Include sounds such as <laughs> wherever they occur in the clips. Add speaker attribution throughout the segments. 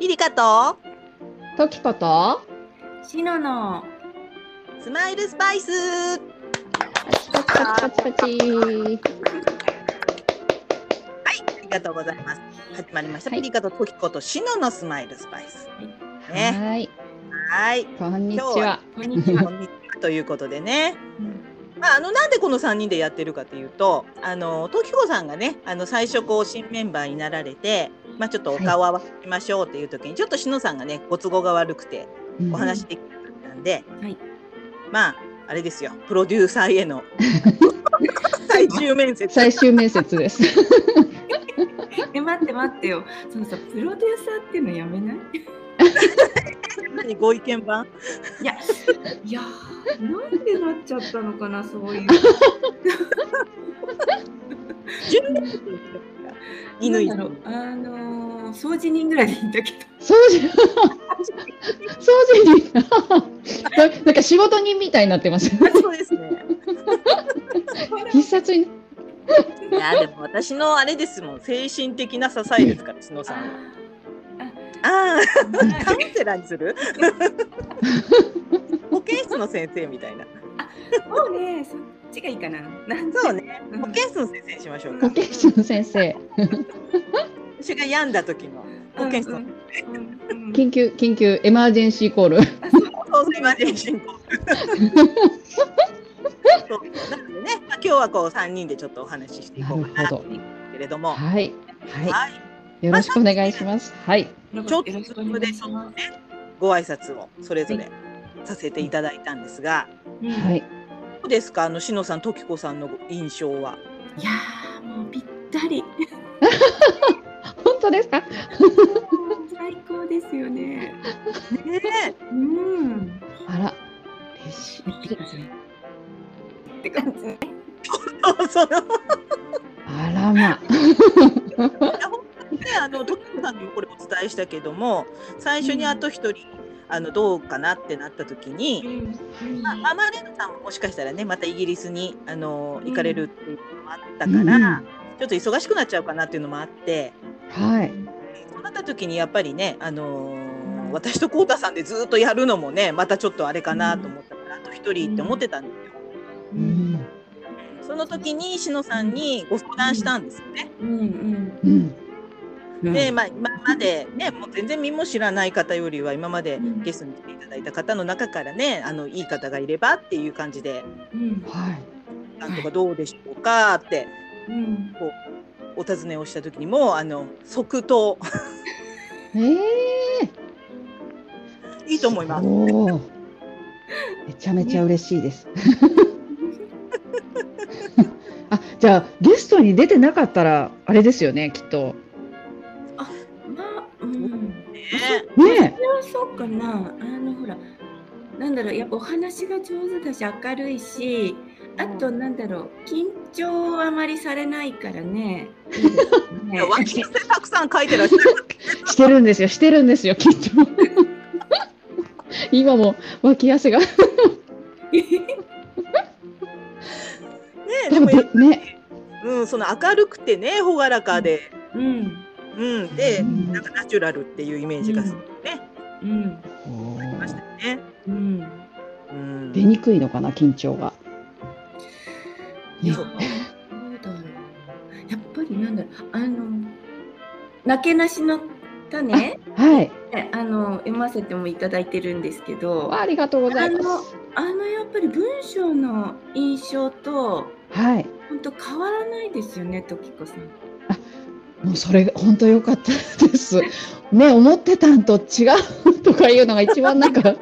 Speaker 1: ピリカと
Speaker 2: ときことあ
Speaker 3: シノの
Speaker 1: スマイルスパイス
Speaker 2: ちこちパチパチパチパ
Speaker 1: あ
Speaker 2: チ
Speaker 1: りがとうございます始まりました、
Speaker 2: はい
Speaker 1: ピリカとトキコとシノのスマイルスパイスね
Speaker 2: はい
Speaker 1: はい
Speaker 2: こんにち
Speaker 1: 今日
Speaker 2: は
Speaker 1: は
Speaker 3: こんにち
Speaker 1: <laughs>
Speaker 3: は
Speaker 1: こんにちはということでねまあ、あのなんでこの3人でやってるかというとあの時子さんがねあの最初こう新メンバーになられて、まあ、ちょっとお顔を合わせましょうっていう時に、ちょっとしのさんがねご都合が悪くてお話しできなかったんで、
Speaker 3: はい
Speaker 1: まああれですよプロデューサーへの最終面接
Speaker 2: 最終面接です <laughs>
Speaker 3: え待って待ってよそのさプロデューサーっていうのやめない
Speaker 1: 何ご意見番
Speaker 3: いやいやーなんでなっちゃったのかなそういう
Speaker 1: 犬
Speaker 3: なんだろうあのー、掃除人ぐらいでいいんだけど
Speaker 2: 掃除掃除に <laughs> ななんか仕事人みたいになってます
Speaker 1: <laughs> そうですね
Speaker 2: 必殺に
Speaker 1: いやでも私のあれですもん精神的な支えですから篠
Speaker 3: <laughs>
Speaker 1: さんは。ああカウンセラーにする保健室の先生みたいな。
Speaker 3: もうねそっちがいいかななん
Speaker 1: そうね
Speaker 3: うん
Speaker 1: 保健室の先生にしましょう
Speaker 2: 保
Speaker 1: か。
Speaker 2: 健室の先生
Speaker 1: 私が病んだ時の保健室の
Speaker 3: うんうんうん
Speaker 2: 緊急緊急エマージェンシー
Speaker 1: <laughs>
Speaker 2: コール
Speaker 1: そうすいません進行そうなのでね、まあ、今日はこう3人でちょっとお話ししていこうか
Speaker 2: な
Speaker 1: なと
Speaker 2: るほど
Speaker 1: 思うんですけれども
Speaker 2: はいは
Speaker 1: はい、
Speaker 2: いよろしくお願いしますはい
Speaker 3: うん
Speaker 1: ちょっと
Speaker 3: よろしくお願いします
Speaker 1: ご挨拶をそれぞれ
Speaker 3: は
Speaker 1: させていただいたんですが、
Speaker 3: うん、
Speaker 2: はいい
Speaker 1: どうですかあのしのさんときこさんの印象は。
Speaker 3: やーもうぴったり
Speaker 2: 本当ですか
Speaker 3: もう最高ですよね
Speaker 1: ねえ
Speaker 3: うん
Speaker 2: あら嬉しい
Speaker 3: って感じ
Speaker 1: <laughs> そうそう
Speaker 2: あらま
Speaker 1: いや本当にね、あの、徳子さんにもこれお伝えしたけども、最初にあと一人、あの、どうかなってなった時
Speaker 3: う
Speaker 1: に。
Speaker 3: んうん
Speaker 1: まあ、ママレーヌさんももしかしたらね、またイギリスに、あの、行かれるっていうのもあったから、
Speaker 2: うん
Speaker 1: ちょっと忙しくなっちゃうかなっていうのもあって。
Speaker 2: はい
Speaker 1: そうなった時に、やっぱりね、あのー私とコウタさんでずっとやるのもね、またちょっとあれかなと思ったから、あと一人って思ってたんですよ。
Speaker 2: う
Speaker 3: うん
Speaker 2: ん
Speaker 1: その時に、しのさんにご相談したんですよね。
Speaker 3: うん
Speaker 2: うん
Speaker 3: うん
Speaker 1: で、まあ、今までねもう全然身も知らない方よりは今まで
Speaker 3: うん
Speaker 1: ゲストに来ていただいた方の中からねあのいい方がいればっていう感じで
Speaker 3: うん
Speaker 2: はい
Speaker 1: 「なんとかどうでしょうか?」って
Speaker 3: うん
Speaker 1: お尋ねをした時にもうあの即答 <laughs>
Speaker 2: ええ
Speaker 1: いいと思います。
Speaker 2: おーめちゃめちゃ嬉しいです。あ、じゃあゲストに出てなかったらあれですよね、きっと。
Speaker 3: まあうん
Speaker 1: ね
Speaker 2: ね
Speaker 3: それはそうかなあのほらなんだろうやっぱお話が上手だし明るいしあとなんだろう緊張はあまりされないからね。いいです
Speaker 1: い
Speaker 3: ね
Speaker 1: や脇汗たくさん書いてらっしゃる
Speaker 2: え、してるんですよ、してるんですよ、きっと。今も脇汗が。
Speaker 1: ね
Speaker 2: で
Speaker 1: で
Speaker 2: も
Speaker 1: も、
Speaker 2: でね、
Speaker 1: うん、その明るくてね朗らかで、
Speaker 3: うん
Speaker 1: うん、でなんかナチュラルっていうイメージがすごくね、
Speaker 3: うん
Speaker 2: お
Speaker 1: ありました
Speaker 2: ー
Speaker 1: よね。
Speaker 3: うん。
Speaker 1: うん
Speaker 2: 出にくいのかな、緊張が。
Speaker 3: いや
Speaker 1: そう
Speaker 3: どうだろうやっぱりなんだろうあのなけなしの種
Speaker 2: はい、
Speaker 3: あの読ませてもいただいてるんですけど。
Speaker 2: ありがとうございます。
Speaker 3: あのやっぱり文章の印象と
Speaker 2: はい、
Speaker 3: 本当変わらないですよね、ときこさん。
Speaker 2: もうそれ本当良かったです。ね、思ってたんと違うとかいうのが一番なん
Speaker 3: <laughs>
Speaker 2: か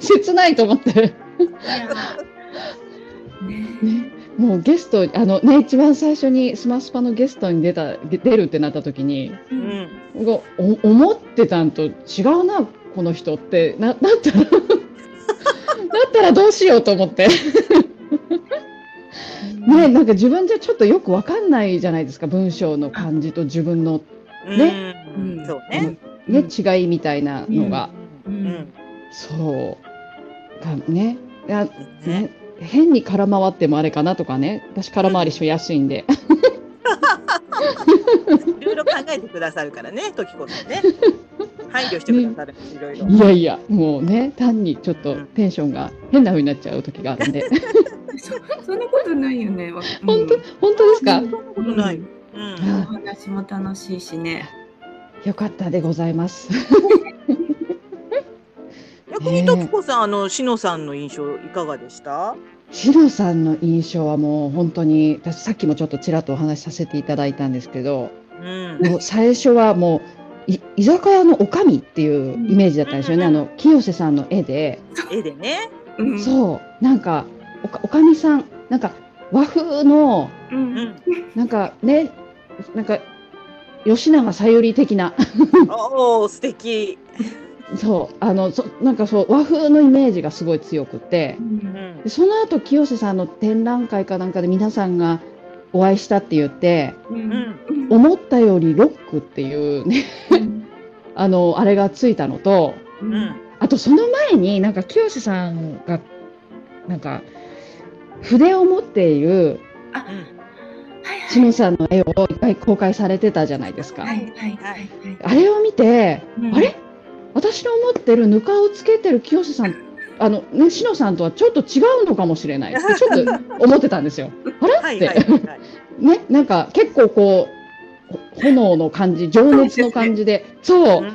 Speaker 2: 切ないと思って。
Speaker 3: ね
Speaker 2: ね、もうゲストあのね一番最初にスマスパのゲストに出た出出るってなった時に、
Speaker 3: う
Speaker 1: うんん
Speaker 2: うわお思ってたんと違うなこの人って <laughs> ななったらなったらどうしようと思って。ね、なんか自分じゃちょっとよくわかんないじゃないですか文章の感じと自分のね
Speaker 1: うん
Speaker 3: うん
Speaker 1: そうね。
Speaker 2: ね、
Speaker 3: うん
Speaker 2: 違いみたいなのが。
Speaker 1: う
Speaker 3: うん
Speaker 1: ん
Speaker 2: そうかねあ
Speaker 1: ね
Speaker 2: ね変に空回ってもあれかなとかね私空回りしやすいんで <laughs>
Speaker 1: いろいろ考えてくださるからね、時子さんね。配慮してくださるんですいろいろ。
Speaker 2: いやいや、もうね、単にちょっとテンションが変な風になっちゃう時があるんで。
Speaker 3: そ <laughs> そんなことないよね。わ
Speaker 2: 本当
Speaker 3: うん、
Speaker 2: 本当ですか
Speaker 1: そん。なことない。うん。
Speaker 2: あ
Speaker 3: お話も楽しいしね。
Speaker 2: よかったでございます。
Speaker 1: 逆に時子さん、あの、しのさんの印象いかがでした。
Speaker 2: シロさんの印象はもう本当に、私さっきもちょっとちらっとお話しさせていただいたんですけど、
Speaker 1: うん。
Speaker 2: もう最初はもう、い居酒屋のおかみっていうイメージだったんですよね。あの、清瀬さんの絵で、
Speaker 1: 絵でね。
Speaker 3: うん
Speaker 2: そう、なんか、おかおかみさん、なんか和風の、
Speaker 3: う。
Speaker 1: うん
Speaker 3: うんん。。
Speaker 2: なんかね、なんか、吉永小百合的な、 <laughs>
Speaker 1: おお、素敵。
Speaker 2: そう、あの、そなんかそう、和風のイメージがすごい強くて、
Speaker 1: うん
Speaker 2: で。その後清瀬さんの展覧会かなんかで皆さんがお会いしたって言って
Speaker 3: うん。うん
Speaker 2: 思ったよりロックっていうね <laughs> あのあれがついたのと
Speaker 3: う。
Speaker 1: うんん。
Speaker 2: あとその前になんか清瀬さんがなんか筆を持っている
Speaker 3: あ、はい
Speaker 2: 志野さんの絵をいっぱい公開されてたじゃないですか。
Speaker 3: はいはいはいはい。
Speaker 2: あれを見て、
Speaker 3: うん
Speaker 2: あれ私の思ってるぬかをつけてる清瀬さんあのね志野さんとはちょっと違うのかもしれないっ
Speaker 3: <laughs>
Speaker 2: てちょっと思ってたんですよ。あれって、
Speaker 1: はいはいはいはい。
Speaker 2: ね、なんか結構こう、ほ炎の感じ、情熱の感じで、そうう、
Speaker 1: ん
Speaker 3: うん。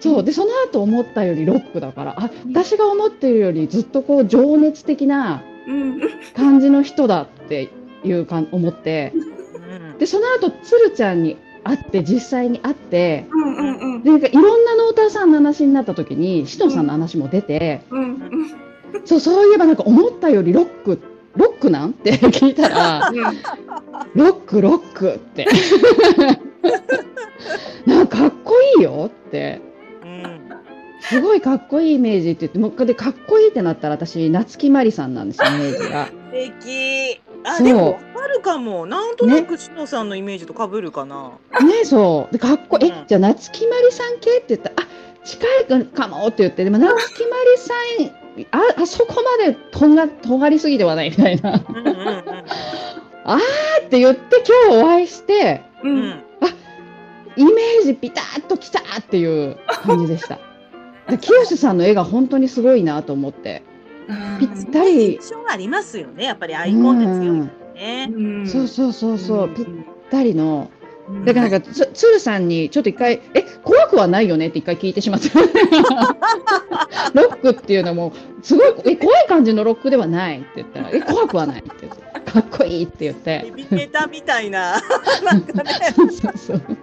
Speaker 2: そう、で、その後思ったよりロックだから、あ、私が思ってるよりずっとこう、情熱的な
Speaker 3: うん。
Speaker 2: 感じの人だっていうか、思って、
Speaker 1: うん。
Speaker 2: で、その後、つるちゃんに会って、実際に会って、
Speaker 3: うんうんうん
Speaker 2: で、なんかいろんなノーターさんの話になった時に、しとさんの話も出て、
Speaker 3: うんうん
Speaker 2: そう、そういえばなんか思ったよりロック、ロックなんって <laughs> 聞いたら、ロックロックって。 <laughs> なんかかっこいいよって。
Speaker 1: うん。
Speaker 2: すごいかっこいいイメージって言って、もうでかっこいいってなったら私、夏木マリさんなんですよ、イメージが。
Speaker 1: 素敵。あ、
Speaker 2: そう
Speaker 1: でも、わかるかも。なんとなく、しのさんのイメージと被るかな。
Speaker 2: ねそう。でかっこいい。
Speaker 1: うん
Speaker 2: えじゃあ夏木マリさん系って言ったら、あ近いかもって言って、でも夏木マリさん、ああそこまでとんが、とがりすぎではないみたいな。
Speaker 1: うんうんう。
Speaker 2: って言って、今日お会いして、
Speaker 3: うん
Speaker 1: うんん。
Speaker 2: イメージピタッときたっていう感じ
Speaker 1: <laughs>
Speaker 2: でした。で清瀬さんの絵が本当にすごいなと思って。
Speaker 3: あー
Speaker 2: ぴったり。
Speaker 1: 印象ありますよね。やっぱりアイコンって強いよね。
Speaker 3: うん
Speaker 2: そうそうそうそう、ぴっ
Speaker 3: ん
Speaker 2: たりの。
Speaker 3: うん
Speaker 2: だからなんか、つつるさんにちょっと一回、え、怖くはないよねって一回聞いてしまった。 <laughs> ロックっていうのも、すごい、え、怖い感じのロックではないって言ったら、え、怖くはないって言って、かっこいいって言って
Speaker 1: ビ。ビネタみたい
Speaker 2: <laughs>
Speaker 1: な。なんかね。
Speaker 2: そうそうそう。 <laughs>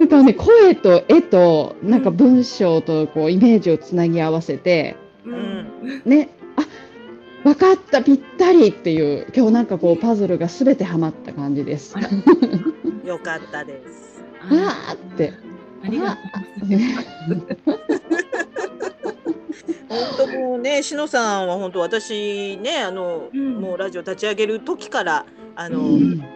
Speaker 2: だからね、声と絵と、なんか文章と、こう、イメージをつなぎ合わせて、
Speaker 3: うん
Speaker 2: ね、あ、わかった、ぴったりっていう、今日なんかこう、パズルがすべてはまった感じです。
Speaker 3: あ
Speaker 2: あ
Speaker 3: ら
Speaker 1: よかったです。
Speaker 2: ーって。
Speaker 3: ありがとうございます。
Speaker 1: 本当もうね、しのさんは本当私ね、あの、
Speaker 3: うん
Speaker 1: もうラジオ立ち上げる時から。あの、
Speaker 2: うん
Speaker 1: ね、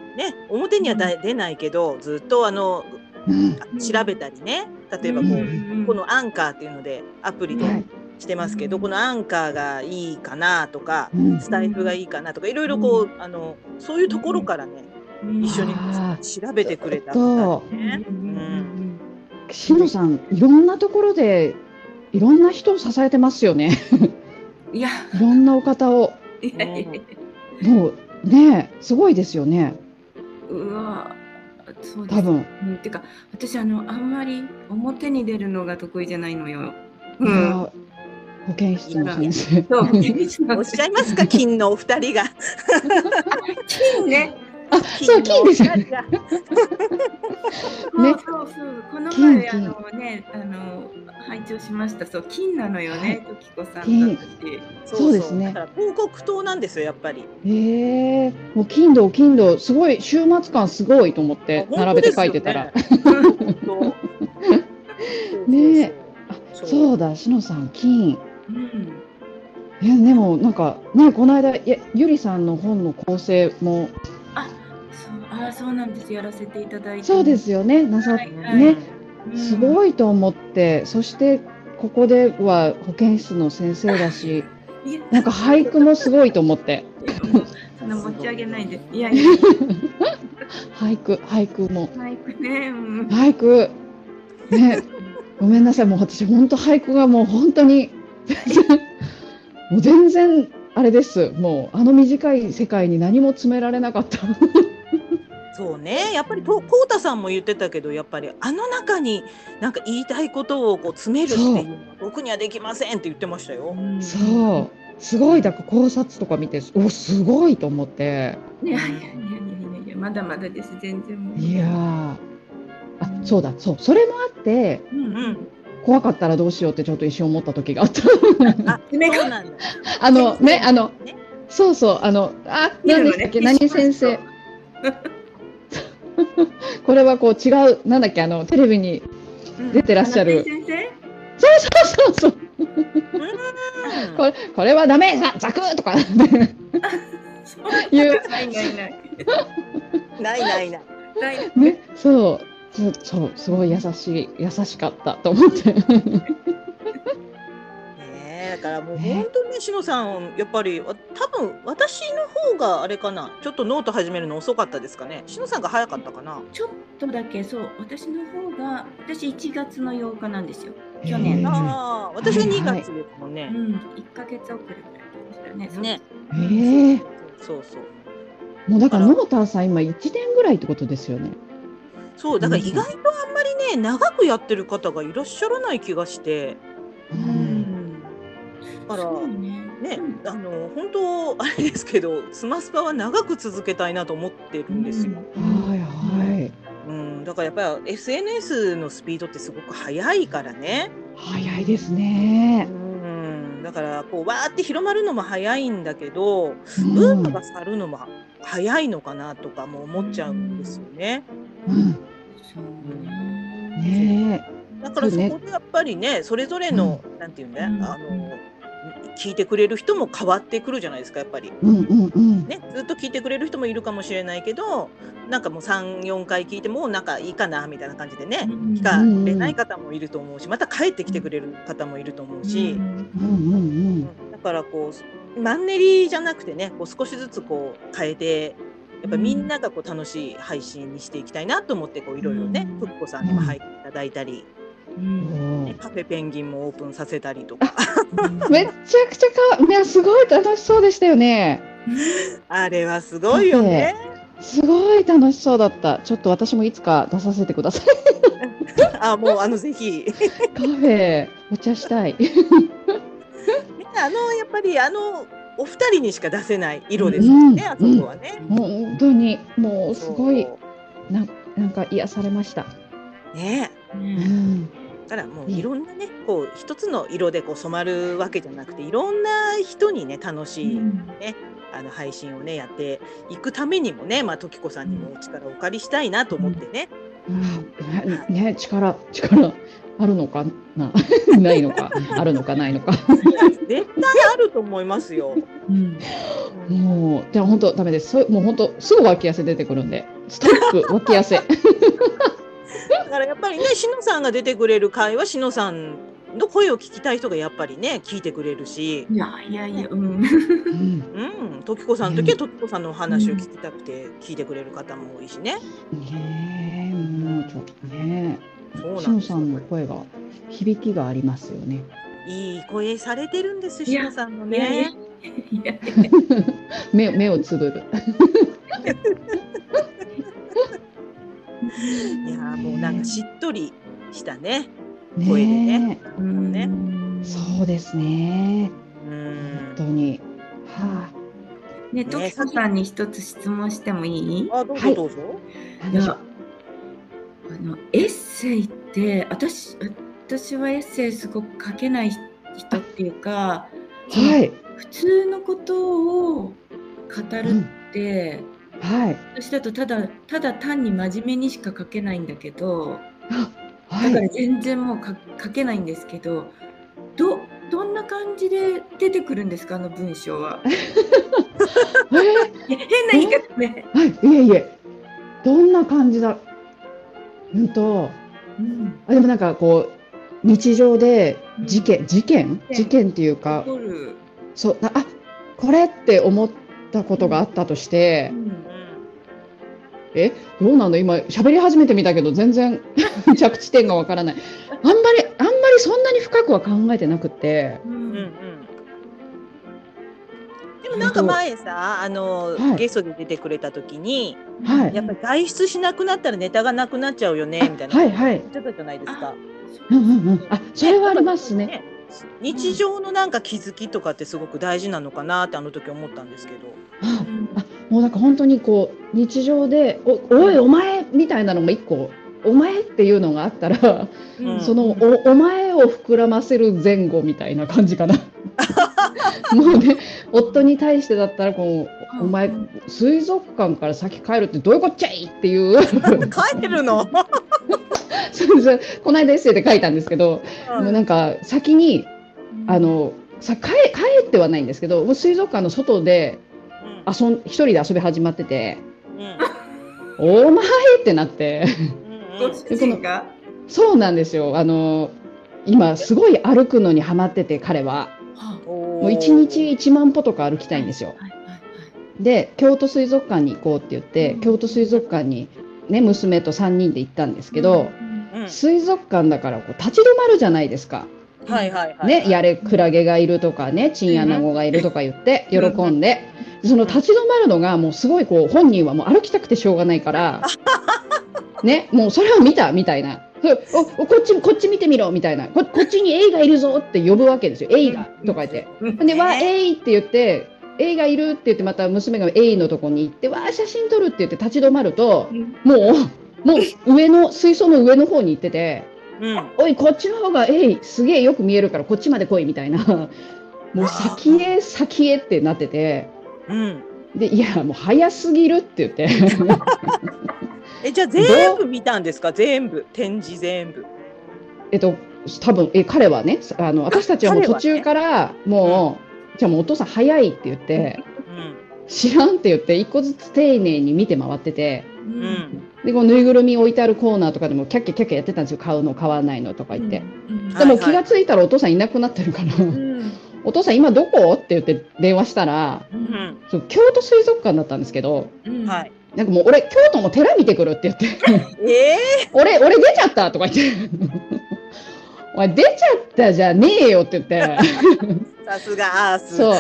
Speaker 1: 表にはだ出ないけど、ずっとあの、
Speaker 2: うん
Speaker 1: 調べたりね。例えばこう、
Speaker 3: うん
Speaker 1: このアンカーっていうので、アプリで
Speaker 2: はい
Speaker 1: してますけど、このアンカーがいいかなとか。
Speaker 2: うん
Speaker 1: スタイフがいいかなとか、いろいろこう、あの、そういうところからね、
Speaker 3: うん
Speaker 1: 一緒に
Speaker 2: あ
Speaker 1: 調べてくれた
Speaker 2: そ
Speaker 1: みたいね。
Speaker 3: うんうん
Speaker 2: しのさん、いろんなところで、いろんな人を支えてますよね。
Speaker 3: うんいや
Speaker 2: いろんなお方を。
Speaker 3: いやいやいや
Speaker 2: もう、ね、すごいですよね。
Speaker 3: うわそうです
Speaker 2: 多分。
Speaker 3: うんてか私あのあんまり表に出るのが得意じゃないのよ。
Speaker 2: いうや
Speaker 3: ん。
Speaker 2: ー保健室の先生。
Speaker 3: そう。
Speaker 1: おっしゃい
Speaker 2: <laughs>
Speaker 1: ますか、金のお二人が。
Speaker 3: 金ね。
Speaker 2: あ、そう、金ですよね。
Speaker 1: ね。
Speaker 3: そうそうそう。この
Speaker 2: 金
Speaker 3: 前あ
Speaker 2: 金
Speaker 3: のねあの拝聴しました。そう金なのよ
Speaker 2: はい
Speaker 3: ね。時子さん
Speaker 2: 金
Speaker 3: だった
Speaker 2: そうですね
Speaker 1: だから広告塔なんですよ、やっぱり。
Speaker 2: ええもう金土金土すごい週末感すごいと思って並べて書いてた
Speaker 1: <laughs>
Speaker 2: ら、
Speaker 1: 本当ですよね。
Speaker 2: ねえ
Speaker 1: 本当そうそうそう
Speaker 2: そうだしのさん金
Speaker 3: うん。
Speaker 2: いやでもなんかねこの間いやゆりさんの本の構成も
Speaker 3: そうあーそうなんです。やらせていただいて。
Speaker 2: そうで。すよねなさ
Speaker 3: はいはい
Speaker 2: ね
Speaker 3: うん、
Speaker 2: すごいと思ってそしてここでは保健室の先生だし
Speaker 3: いや。
Speaker 2: なんか俳句もすごいと思って
Speaker 3: もうそんな持ち上げないで。いやいや。
Speaker 2: 俳句俳句も
Speaker 3: 俳句ね。うん。
Speaker 2: <laughs> 俳句ねごめんなさい、もう私、本当俳句がもう本当に <laughs> もう全然あれです、もうあの短い世界に何も詰められなか <laughs> った。
Speaker 1: そうねやっぱりとこうたさんも言ってたけどやっぱりあの中になんか言いたいことをこう詰めるって
Speaker 2: そう
Speaker 1: いう僕にはできませんって言ってましたよ。
Speaker 2: そう、すごい、だから考察とか見て、おすごいと思って、
Speaker 3: う。ね、いやいやいやいやいや、まだまだです、全然もう。
Speaker 2: いやー、あそうだ、そう、それもあって、
Speaker 3: うん
Speaker 1: う
Speaker 3: うん。
Speaker 1: ん、
Speaker 2: 怖かったらどうしようってちょっと一瞬思った時があった。
Speaker 1: あ、
Speaker 3: 爪が
Speaker 1: そうなんだ。
Speaker 2: <laughs> あのね、あの、
Speaker 1: ね
Speaker 2: そうそう、あの、あ、
Speaker 3: 見
Speaker 2: 何
Speaker 3: る
Speaker 2: でした
Speaker 3: の
Speaker 2: っ
Speaker 3: ね
Speaker 2: け、何先生。 <laughs> これはこう違う、なんだっけ、あの、テレビに出てらっしゃる。
Speaker 3: 先生。
Speaker 2: そうそうそう、
Speaker 1: うん
Speaker 2: これ、これはダメ、さ、ザクッとか。 <laughs>
Speaker 3: そう
Speaker 2: いう
Speaker 3: ないないな
Speaker 1: な
Speaker 3: い。
Speaker 1: いないない。
Speaker 3: ない
Speaker 2: ね、そう、そう、そう、すごい優しい、優しかったと思って。
Speaker 1: ねえだからもう本当にしのさんやっぱりわ多分私の方があれかなちょっとノート始めるの遅かったですかねしのさんが早かったかな
Speaker 3: ちょっとだけそう私の方が私1月の8日なんですよ。去
Speaker 2: へ
Speaker 3: 年の。
Speaker 1: ああ私が
Speaker 2: はいはい
Speaker 1: 2月ですもんね、
Speaker 3: うん、1ヶ月遅れぐらいでしたね。そう
Speaker 1: ね。
Speaker 2: ええ
Speaker 1: そうそう
Speaker 2: もうだから、ノーターさん、今一年ぐらいってことですよね。
Speaker 1: そうだから意外とあんまりね長くやってる方がいらっしゃらない気がして
Speaker 2: う
Speaker 3: うんん。
Speaker 1: だから
Speaker 3: そうね。
Speaker 1: ね
Speaker 3: うん
Speaker 1: あの本当あれですけどスマスパは長く続けたいなと思ってるんですよ、
Speaker 2: はい、はい。
Speaker 1: うん、だからやっぱり SNS のスピードってすごく速いからね
Speaker 2: 早いですね。
Speaker 1: うんだからこうわーって広まるのも早いんだけど
Speaker 2: うん
Speaker 1: ブームが去るのも早いのかなとかも思っちゃうんですよね。
Speaker 2: うん、
Speaker 3: そうね。
Speaker 2: ね
Speaker 1: だから
Speaker 2: そ
Speaker 1: そう
Speaker 2: ね
Speaker 1: こでやっぱりねそれぞれの、なんていうんだ、
Speaker 3: うん
Speaker 1: あの聞いてくれる人も変わってくるじゃないですかやっぱり。
Speaker 2: え、うん、うん、うん。
Speaker 1: ね、ずっと聞いてくれる人もいるかもしれないけどなんかもう34回聞いてもうなんかいいかなみたいな感じでね
Speaker 3: うん
Speaker 1: 聞かれない方もいると思うしまた帰ってきてくれる方もいると思うし。
Speaker 2: うん、うん、うん。
Speaker 1: だからこうマンネリじゃなくてねこう少しずつこう変えてやっぱみんながこう楽しい配信にしていきたいなと思ってこういろいろね
Speaker 3: うん
Speaker 1: ふっこさんにも入っていただいたり、
Speaker 3: うん
Speaker 1: ねカフェペンギンもオープンさせたりとか
Speaker 2: めっちゃくちゃか、ね、すごい楽しそうでしたよね。
Speaker 1: あれはすごいよね。
Speaker 2: すごい楽しそうだった。ちょっと私もいつか出させてくだ <laughs> さい。
Speaker 1: あもうあのぜひね
Speaker 2: カフェ、お茶したい。
Speaker 1: あのやっぱりあのお二人にしか出せない色ですよね、
Speaker 2: うん
Speaker 1: あそこはね。
Speaker 2: 本当に、もうす
Speaker 1: そう
Speaker 2: ごい、なん、なんか癒されました。
Speaker 1: ね
Speaker 2: う
Speaker 3: ね
Speaker 2: ん、
Speaker 1: だからもう
Speaker 2: ね
Speaker 1: いろんなねこう一つの色でこう染まるわけじゃなくていろんな人にね楽しいあの配信をねやっていくためにもね、まあ、時子さんにもお力をお借りしたいなと思ってね、
Speaker 2: ね、ね力、力、あるのかな、 <laughs> ないのか、あるのか、ないのか。
Speaker 1: <laughs> 絶対あると思いますよ。
Speaker 3: うん
Speaker 2: もう、じゃあ、本当ダメです。そうもう本当、すぐ脇汗出てくるんで。ストップ、脇汗。
Speaker 1: だからやっぱりねしのさんが出てくれる回はしのさんの声を聞きたい人がやっぱりね聞いてくれるし、
Speaker 3: いやいやいや、うん。
Speaker 2: うん
Speaker 1: うん、時子さんの時は時子さんのお話を聞きたくて聞いてくれる方も多いしね。
Speaker 2: ねえ、もうちょっとね。
Speaker 1: そう
Speaker 2: し
Speaker 1: なんで
Speaker 2: の
Speaker 1: す
Speaker 2: さ
Speaker 1: よ
Speaker 2: んの声が響きがありますよ
Speaker 1: <laughs>
Speaker 2: ね。
Speaker 1: いい声されてるんですよ
Speaker 3: い
Speaker 1: し
Speaker 3: や
Speaker 1: のさんの
Speaker 3: いやいや
Speaker 1: ね。
Speaker 3: いや
Speaker 2: 目目をつぶる。
Speaker 1: <laughs> いやーもうなんかしっとりしたね。声で
Speaker 2: ね
Speaker 1: ね
Speaker 2: え、
Speaker 3: うん
Speaker 1: ね
Speaker 2: そうですね。
Speaker 1: う
Speaker 2: 本
Speaker 1: ん
Speaker 2: 当。に。は
Speaker 3: ね、トキコさんに一つ質問してもいい？
Speaker 1: あどう
Speaker 2: は
Speaker 1: ぞ
Speaker 2: い
Speaker 1: どうぞ。
Speaker 2: あ。
Speaker 3: いや、あのエッセイって私私はエッセイすごく書けない人っていうか、
Speaker 2: はい。
Speaker 3: 普通のことを語るって、
Speaker 2: はい。
Speaker 3: 私だとただただ単に真面目にしか書けないんだけど、だか
Speaker 2: は
Speaker 3: ら
Speaker 2: い。
Speaker 3: 全然もうか書けないんですけど、どどんな感じで出てくるんですかあの文
Speaker 2: <laughs>
Speaker 3: 章は？
Speaker 2: え
Speaker 3: いや変な言い方ね。
Speaker 2: ーはい。いえいえ。どんな感じだ。うんと。
Speaker 3: うん。
Speaker 2: あでもなんかこう。日常で事件、事件
Speaker 3: うん
Speaker 2: 事件っていうか、
Speaker 3: 怒る。
Speaker 2: そうなあこれって思ったことがあったとして
Speaker 3: う、ん
Speaker 1: うん
Speaker 2: <laughs> えどうなの今喋り始めてみたけど全然着地点がわからないあんまりそんなに深くは考えてなくて、
Speaker 3: う
Speaker 1: うんうんんでもなんか前さあの、
Speaker 2: はい
Speaker 1: ゲストで出てくれた時に
Speaker 2: は
Speaker 1: や
Speaker 2: い、
Speaker 1: っぱり外出しなくなったらネタがなくなっちゃうよねみたいな
Speaker 2: はいはい、
Speaker 1: 言ってたじゃないですか。
Speaker 2: うんうんうん、あそれはありますね。
Speaker 1: ね。日常のなんか気づきとかってすごく大事なのかなってあの時思ったんですけど。
Speaker 2: あもうなんか本当にこう日常で「おおいお前」みたいなのが一個「お前」っていうのがあったら、
Speaker 1: うん
Speaker 2: そのお「お前」を膨らませる前後みたいな感じかな。 <laughs> もうね夫に対してだったらこう「お前
Speaker 3: うん
Speaker 2: 水族館から先帰るってどういうこっちゃい!」っていう <laughs>
Speaker 1: 帰ってるの。
Speaker 2: そうそうこの間エッセイで書いたんですけど、もうなんか先にあのさ帰帰ってはないんですけどもう水族館の外で
Speaker 1: うん
Speaker 2: 遊ん一人で遊び始まってて。
Speaker 1: うん
Speaker 2: お前ってなって、
Speaker 1: うんう
Speaker 3: ご
Speaker 1: ん
Speaker 3: 主人が
Speaker 2: そうなんですよ。あの、今すごい歩くのにハマってて、彼は。もう一日1万歩とか歩きたいんですよ。
Speaker 3: はいはいはい
Speaker 2: で、京都水族館に行こうって言って、京都水族館にね、娘と3人で行ったんですけど、
Speaker 1: うん
Speaker 2: 水族館だからこう立ち止まるじゃないですか。
Speaker 1: はいはいはい。
Speaker 2: ね、やれクラゲがいるとかね、チンアナゴがいるとか言って、喜
Speaker 3: うん
Speaker 2: んで。その立ち止まるのがもうすごいこう本人はもう歩きたくてしょうがないから、ね、もうそれを見たみたいな。そうおおこっちこっち見てみろみたいなここっちにエイがいるぞって呼ぶわけですよエイがとか言って
Speaker 3: うん
Speaker 2: で、わあ、エイって言って、エイがいるって言って、また娘がエイのとこに行って、わあ、写真撮るって言って立ち止まると
Speaker 3: う、ん
Speaker 2: もう、もう上の、水槽の上の方に行ってて、
Speaker 1: うん。
Speaker 2: おい、こっちの方がエイ、すげえよく見えるから、こっちまで来いみたいな、もう先へ先へってなってて、
Speaker 1: うん。
Speaker 2: で、いや、もう早すぎるって言って、
Speaker 1: えじゃあ全部見たんですか全部展示全部。
Speaker 2: えっと、多分え彼はね、あの私たちはもう
Speaker 1: 彼
Speaker 2: 途
Speaker 1: はね
Speaker 2: 中から、もう、じゃあもうお父さん早いって言って、
Speaker 1: うん
Speaker 2: 知らんって言って、一個ずつ丁寧に見て回ってて、
Speaker 3: う
Speaker 1: うんん。
Speaker 2: でこうぬいぐるみ置いてあるコーナーとかでもキャッキャキャッキャやってたんですよ買うの買わないのとか言って、
Speaker 3: うん
Speaker 2: で
Speaker 1: はいは
Speaker 2: も
Speaker 1: い
Speaker 2: 気がついたらお父さんいなくなってるから
Speaker 3: う
Speaker 2: 「
Speaker 3: ん
Speaker 2: お父さん今どこ?」って言って電話したら
Speaker 3: う
Speaker 1: うんん。
Speaker 2: そう京都水族館だったんですけど
Speaker 3: うん
Speaker 1: はい。
Speaker 2: なんかもう俺京都の寺見てくるって言って <laughs>
Speaker 1: ええ
Speaker 2: 俺俺出ちゃったとか言って <laughs> 「お前出ちゃったじゃねえよ」って言って
Speaker 1: さすがアース。
Speaker 2: そう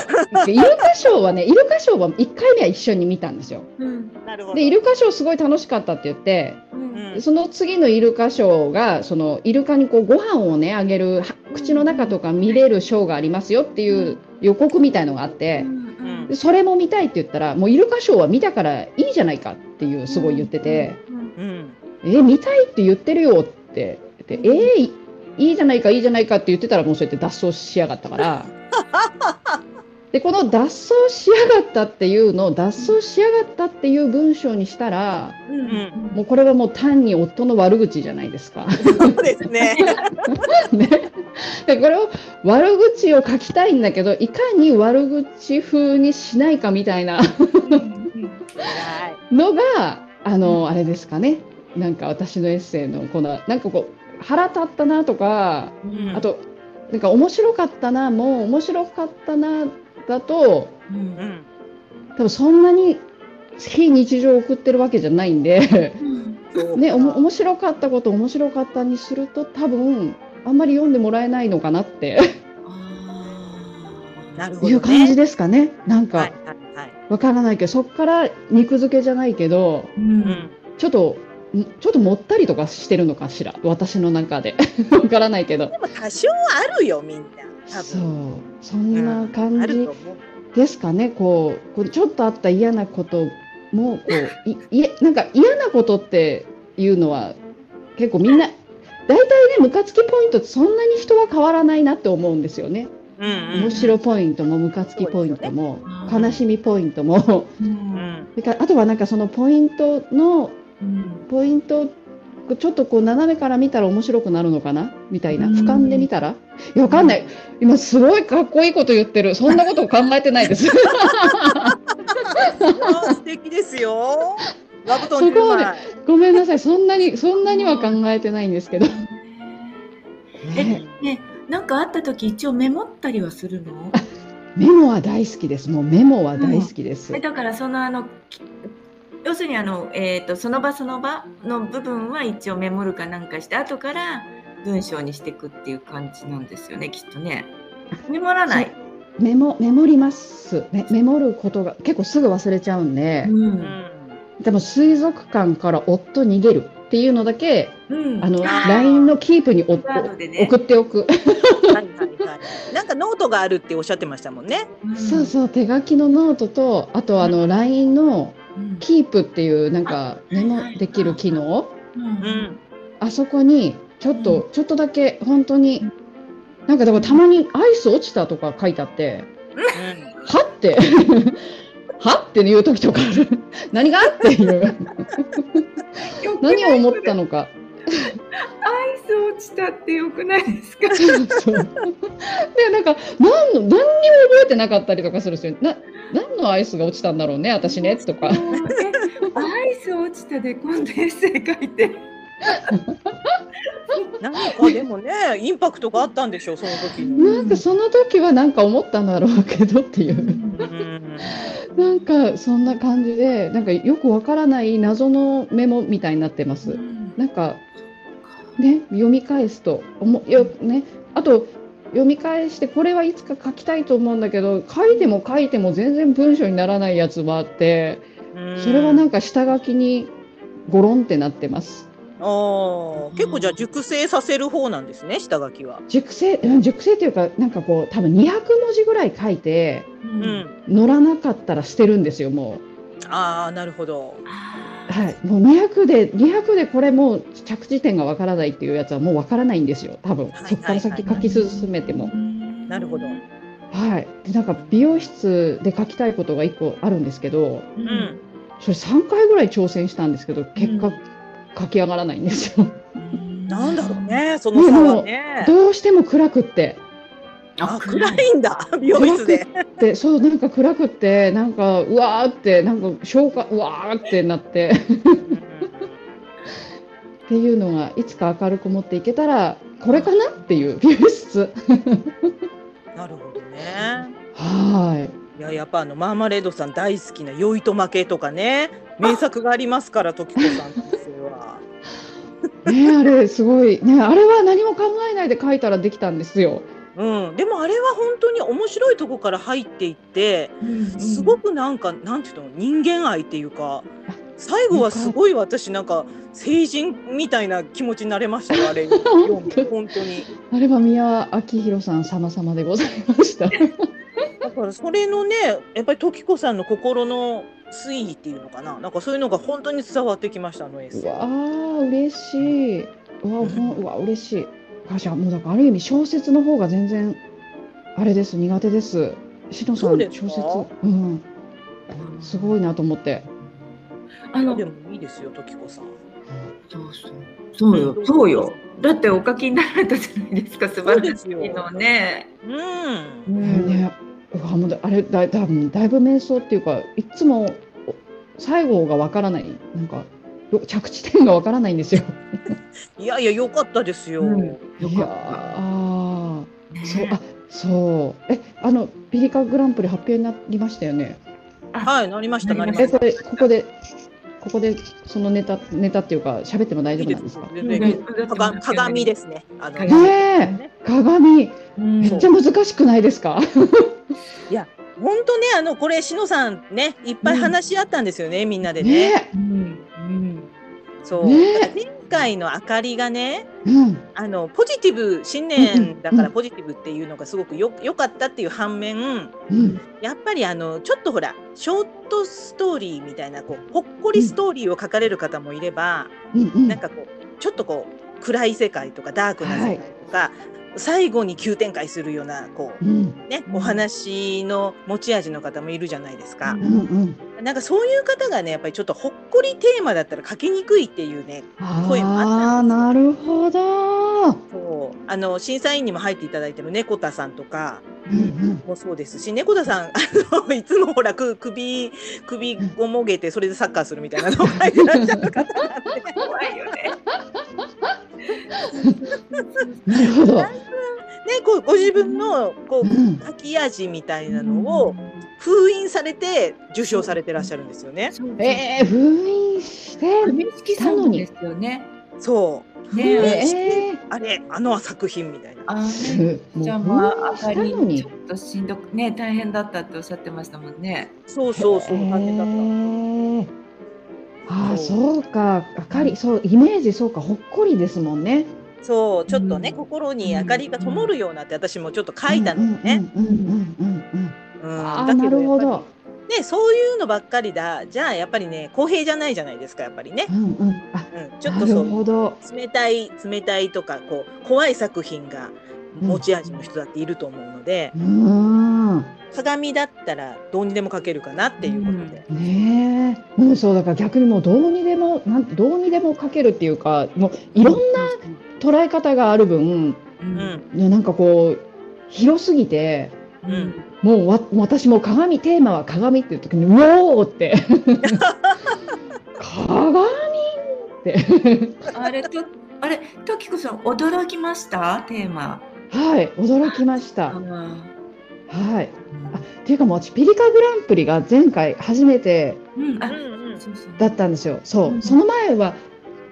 Speaker 2: でイルカショーはねイルカショーは1回目は一緒に見たんですよ
Speaker 3: うん
Speaker 1: なるほど。
Speaker 2: でイルカショーすごい楽しかったって言って
Speaker 3: うん
Speaker 1: うん
Speaker 2: その次のイルカショーがそのイルカにこうご飯をねあげるは口の中とか見れるショーがありますよっていう予告みたいのがあって
Speaker 3: うん
Speaker 2: でそれも見たいって言ったらもうイルカショーは見たからいいじゃないかっていうすごい言ってて
Speaker 3: うん
Speaker 1: うん。
Speaker 2: 「え見たいって言ってるよ」って言って「えーいいいじゃないかいいじゃないか」って言ってたらもうそうやって脱走しやがったから。でこの脱走しやがったっていうのを脱走しやがったっていう文章にしたら
Speaker 3: うん
Speaker 1: ん
Speaker 2: もうこれはもう単に夫の悪口じゃないですか。 <laughs>
Speaker 1: そうですね。
Speaker 2: ね、でこれを悪口を書きたいんだけどいかに悪口風にしないかみたいな
Speaker 3: うん
Speaker 1: はい。
Speaker 2: のがあのあれですかねなんか私のエッセイのこのなんかこう腹立ったなとか
Speaker 1: うん
Speaker 2: あとなんか面白かったなもう面白かったなだと
Speaker 3: うん
Speaker 1: う
Speaker 3: うん
Speaker 1: ん。
Speaker 2: 多分そんなに非日常を送ってるわけじゃない
Speaker 1: <laughs>
Speaker 2: んで。
Speaker 1: そう
Speaker 2: ね、おも
Speaker 1: か
Speaker 2: 面白かったことを面白かったにすると多分あんまり読んでもらえないのかなって
Speaker 3: あー
Speaker 1: なるほど、ね。
Speaker 2: いう感じですかね。なんか、
Speaker 1: はいはいはい。
Speaker 2: わからないけど、そこから肉付けじゃないけど、
Speaker 3: うん
Speaker 1: うん。
Speaker 2: ちょっと、んちょっともったりとかしてるのかしら、私の中で。 <laughs> わからないけど
Speaker 1: で。も多少あるよみんな。多
Speaker 2: そう
Speaker 1: 分。、
Speaker 2: そんな感
Speaker 1: ある
Speaker 2: じ
Speaker 1: と思う。
Speaker 2: ですかね、こう、こうちょっとあった嫌なことも、こう、い、いえ、なんか嫌なことっていうのは、結構みんな、大体ね、ムカつきポイントってそんなに人は変わらないなって思うんですよね。
Speaker 1: うんうん。
Speaker 2: 面白ポイントも、ムカつきポイントも、
Speaker 3: そう
Speaker 2: 悲
Speaker 3: ですよね
Speaker 2: しみポイント
Speaker 3: <laughs>
Speaker 2: も、
Speaker 3: う
Speaker 1: うん
Speaker 2: <laughs>
Speaker 1: ん。
Speaker 2: だからあとはなんかそのポイントの
Speaker 3: うん
Speaker 2: ポイントをちょっとこう斜めから見たら面白くなるのかなみたいな
Speaker 3: うん
Speaker 2: 俯瞰で見たらいやわかんない今すごいかっこいいこと言ってるそんなことを考えてないです
Speaker 1: あー素敵ですよ。ラブトン10枚。
Speaker 2: ごめんなさいそんなにそんなには考えてないんですけど、ね
Speaker 3: ね、なんかあった時一応メモったりはするの
Speaker 2: メモは大好きですもうメモは大好きです、
Speaker 3: えだからそのあのき要するにあの、えー、とその場その場の部分は一応メモるかなんかして後から文章にしていくっていう感じなんですよねきっとね。メモらない。
Speaker 2: メモメモりますメメモることが結構すぐ忘れちゃうんで、
Speaker 3: う。
Speaker 1: うんん
Speaker 2: でも水族館から夫逃げるっていうのだけ
Speaker 3: うん。
Speaker 2: あの
Speaker 1: あー
Speaker 2: LINE のキープにおお
Speaker 3: ワードでね
Speaker 2: 送っておく、
Speaker 1: はいはいはい。なんかノートがあるっておっしゃってましたもんね。
Speaker 3: うん
Speaker 2: そうそう手書きのノートとあとあの LINE の
Speaker 3: うん。
Speaker 2: キープっていうなんか
Speaker 3: あ
Speaker 2: メ
Speaker 3: はいはい
Speaker 2: モ
Speaker 3: はい
Speaker 2: できる機能
Speaker 3: う。
Speaker 1: うんん。
Speaker 2: あそこにちょっと、ちょっとだけ本当
Speaker 3: う
Speaker 2: に
Speaker 3: ん
Speaker 2: なんかでもたまにアイス落ちたとか書いてあってはって <laughs> はって言う時とかある何がっていう
Speaker 3: よくない
Speaker 2: 何を思ったのか <laughs>
Speaker 3: アイス落ちたってよくないですか。
Speaker 2: そうそうでなんか何の何にも覚えてなかったりとかするんですよな何のアイスが落ちたんだろうね私ねとか
Speaker 3: もうねアイス落ちたで今度エッセイ書いて。
Speaker 1: うんなんかでもね、インパクトがあったんでしょう、その時の。
Speaker 2: なんかその時はなんか思ったんだろうけどっていう
Speaker 1: うん
Speaker 2: なんかそんな感じでなんかよくわからない謎のメモみたいになってますなんかね読み返すと思よねあと読み返してこれはいつか書きたいと思うんだけど書いても書いても全然文章にならないやつもあってそれはなんか下書きにゴロンってなってます
Speaker 1: あー結構じゃあ熟成させる方なんですね、下書きは。
Speaker 2: 熟成うん熟成というかなんかこう多分200文字ぐらい書いて
Speaker 3: うん
Speaker 1: うん。
Speaker 2: 乗らなかったら捨てるんですよも
Speaker 1: ああ、なるほど。
Speaker 3: あ
Speaker 2: うはいもう200で200でこれもう着地点がわからないっていうやつはもうわからないんですよ多分
Speaker 1: はい
Speaker 2: そこから先書
Speaker 1: は
Speaker 2: き進めても
Speaker 3: ーうん
Speaker 1: なるほど。
Speaker 2: はい、でなんか美容室で書きたいことが1個あるんですけど
Speaker 1: う
Speaker 3: う。
Speaker 1: んん。
Speaker 2: それ3回ぐらい挑戦したんですけど結果、
Speaker 3: うん
Speaker 2: 書き上がらないんですよ
Speaker 1: なんだろう。ね、その差はね。
Speaker 2: どうしても暗くって
Speaker 1: あ、暗いんだ、美容室で。
Speaker 2: でそうなんか暗くってなんかうわーってなんか消化うわーってなってっていうのがいつか明るく持っていけたらこれかなっていう美容室
Speaker 1: なるほどね。
Speaker 2: はい
Speaker 1: いややっぱあのマーマレードさん大好きな「酔いと負け」とかね名作がありますから時子さん先生は。
Speaker 2: ねあれすごいねあれは何も考えないで書いたらできたんですよ
Speaker 1: うん、でもあれは本当に面白いとこから入っていってすごくなんか、なんていうの人間愛っていうか最後はすごい私なんか成人みたいな気持ちになれましたよあれ読んで本当に
Speaker 2: あれは宮明弘さん様々でございました
Speaker 1: だからそれのねやっぱり時子さんの心の推移っていうのかななんかそういうのが本当に伝わってきましたあのエッセイ
Speaker 2: うわー嬉
Speaker 1: <laughs>
Speaker 2: しいうわほんうわ嬉しいあじゃあもうだからある意味小説の方が全然あれです苦手ですしのさ
Speaker 1: そうんです
Speaker 2: 小
Speaker 1: か
Speaker 2: 説うんすごいなと思って
Speaker 3: あの
Speaker 1: でもいいですよ時子さん。
Speaker 3: そうそう。そうよ。そうよ。だってお書きになられたじゃないですか。素晴らしいのね。
Speaker 1: うん
Speaker 2: ねうわもうだあれだだだいぶ瞑想っていうかいつもお最後がわからないなんかよ着地点がわからないんですよ
Speaker 1: いやいや、良かったです <laughs> よ。
Speaker 3: うん
Speaker 2: いやー
Speaker 3: ね
Speaker 2: そうあそうえあのピリカグランプリ発表になりましたよね
Speaker 1: はい、なりました、なりま
Speaker 2: え
Speaker 1: し
Speaker 2: こ
Speaker 1: た。
Speaker 2: れここでここでそのネタネタっていうか喋っても大
Speaker 1: い
Speaker 2: 丈
Speaker 1: い
Speaker 2: 夫
Speaker 1: で
Speaker 2: なんです
Speaker 1: す
Speaker 2: か。
Speaker 1: 全然いいです鏡鏡ですね。あの、
Speaker 3: 鏡
Speaker 2: ねえ鏡
Speaker 3: うん
Speaker 2: めっちゃ難しくないですか。
Speaker 1: 本当ね、あの、これ、しのさんね、いっぱい話し合ったんですよね、みんなでね。
Speaker 2: ね
Speaker 3: うんうん
Speaker 1: そう、
Speaker 2: ね
Speaker 1: 前回の明かりがね、
Speaker 2: えうん
Speaker 1: あの、ポジティブ、新年だか
Speaker 2: うんう
Speaker 1: ら、
Speaker 2: ん
Speaker 1: ポジティブっていうのがすごくよ、良かったっていう反面。
Speaker 2: うん
Speaker 1: やっぱりあのちょっとほらショートストーリーみたいなこうほっこりストーリーを書かれる方もいれば、
Speaker 2: うんうん
Speaker 1: なんかこうちょっとこう暗い世界とかダークな世界とか、最後に急展開するようなこ
Speaker 2: う
Speaker 1: うんね
Speaker 3: うん
Speaker 1: お話の持ち味の方もいるじゃないですか、
Speaker 2: うんうん
Speaker 1: なんかそういう方がねやっぱりちょっとほっこりテーマだったら書きにくいっていうね声も
Speaker 2: あ
Speaker 1: あ
Speaker 2: あ
Speaker 1: ったんですよ
Speaker 2: なるほど。
Speaker 1: そうあの審査員にも入っていただいてる猫田さんとか
Speaker 2: うん
Speaker 1: もそうですし猫田さんあのいつもほらく首首ごもげてそれでサッカーするみたいなのを書いてらっしゃる方なんで。
Speaker 3: 怖いよね。
Speaker 2: うんなるほど。
Speaker 1: ね、こうご自分のこ
Speaker 2: うん
Speaker 1: う書き味みたいなのを封印されて受賞されてらっしゃるんですよね。
Speaker 3: そう
Speaker 2: ええ封印して
Speaker 3: 梅月さんもですよね。
Speaker 1: そう。
Speaker 3: ね
Speaker 1: え
Speaker 2: ええ
Speaker 1: あれあの作品みたいな。
Speaker 3: あーね
Speaker 2: すもう
Speaker 3: じゃあまあ、あ
Speaker 2: した
Speaker 3: か
Speaker 2: の
Speaker 3: り
Speaker 2: に
Speaker 3: ちょっとしんどくね、大変だったっておっしゃってましたもんね。
Speaker 1: そうそうそう大変だった。
Speaker 2: へーああ
Speaker 1: そう
Speaker 2: そうかあかりそうイメージそうかほっこりですもんね
Speaker 1: そうちょっとね、
Speaker 3: うん
Speaker 1: 心に明かりが灯るようなって私もちょっと書いたの
Speaker 2: うん
Speaker 1: よね。
Speaker 2: うんうんうんうんうん
Speaker 1: うんだ
Speaker 2: ああ
Speaker 1: け
Speaker 2: なるほ
Speaker 1: やっ
Speaker 2: ど
Speaker 1: ぱりねそういうのばっかりだじゃあやっぱりね公平じゃないじゃないですかやっぱりね
Speaker 2: う。んうんあ
Speaker 1: うん、ちょっ
Speaker 2: な
Speaker 1: と
Speaker 2: る
Speaker 1: そう
Speaker 2: ほど
Speaker 1: 冷たい冷たいとかこう怖い作品が持ち味の人だっていると思うので、
Speaker 2: うーん
Speaker 1: 鏡だったらどうにでも描けるかなっていうことで、
Speaker 2: ねえ、うん、そうだから逆にもうどうにでもなんどうにでも書けるっていうかもういろんな捉え方がある分
Speaker 3: う
Speaker 1: うん
Speaker 3: ん。
Speaker 2: ねなんかこう広すぎて
Speaker 3: うん。うん
Speaker 2: もうわ私もう鏡テーマは鏡っていう時にうおーって鏡って
Speaker 3: あれと、あれ、ときこさん、驚きましたテーマ。
Speaker 2: はい驚きました
Speaker 3: あー
Speaker 2: はいっていうかもう私ピリカグランプリが前回初めて
Speaker 3: うん、
Speaker 1: う
Speaker 3: あ、
Speaker 1: んうん
Speaker 3: そうそう。
Speaker 2: だったんですよそう、
Speaker 3: うん
Speaker 2: その前は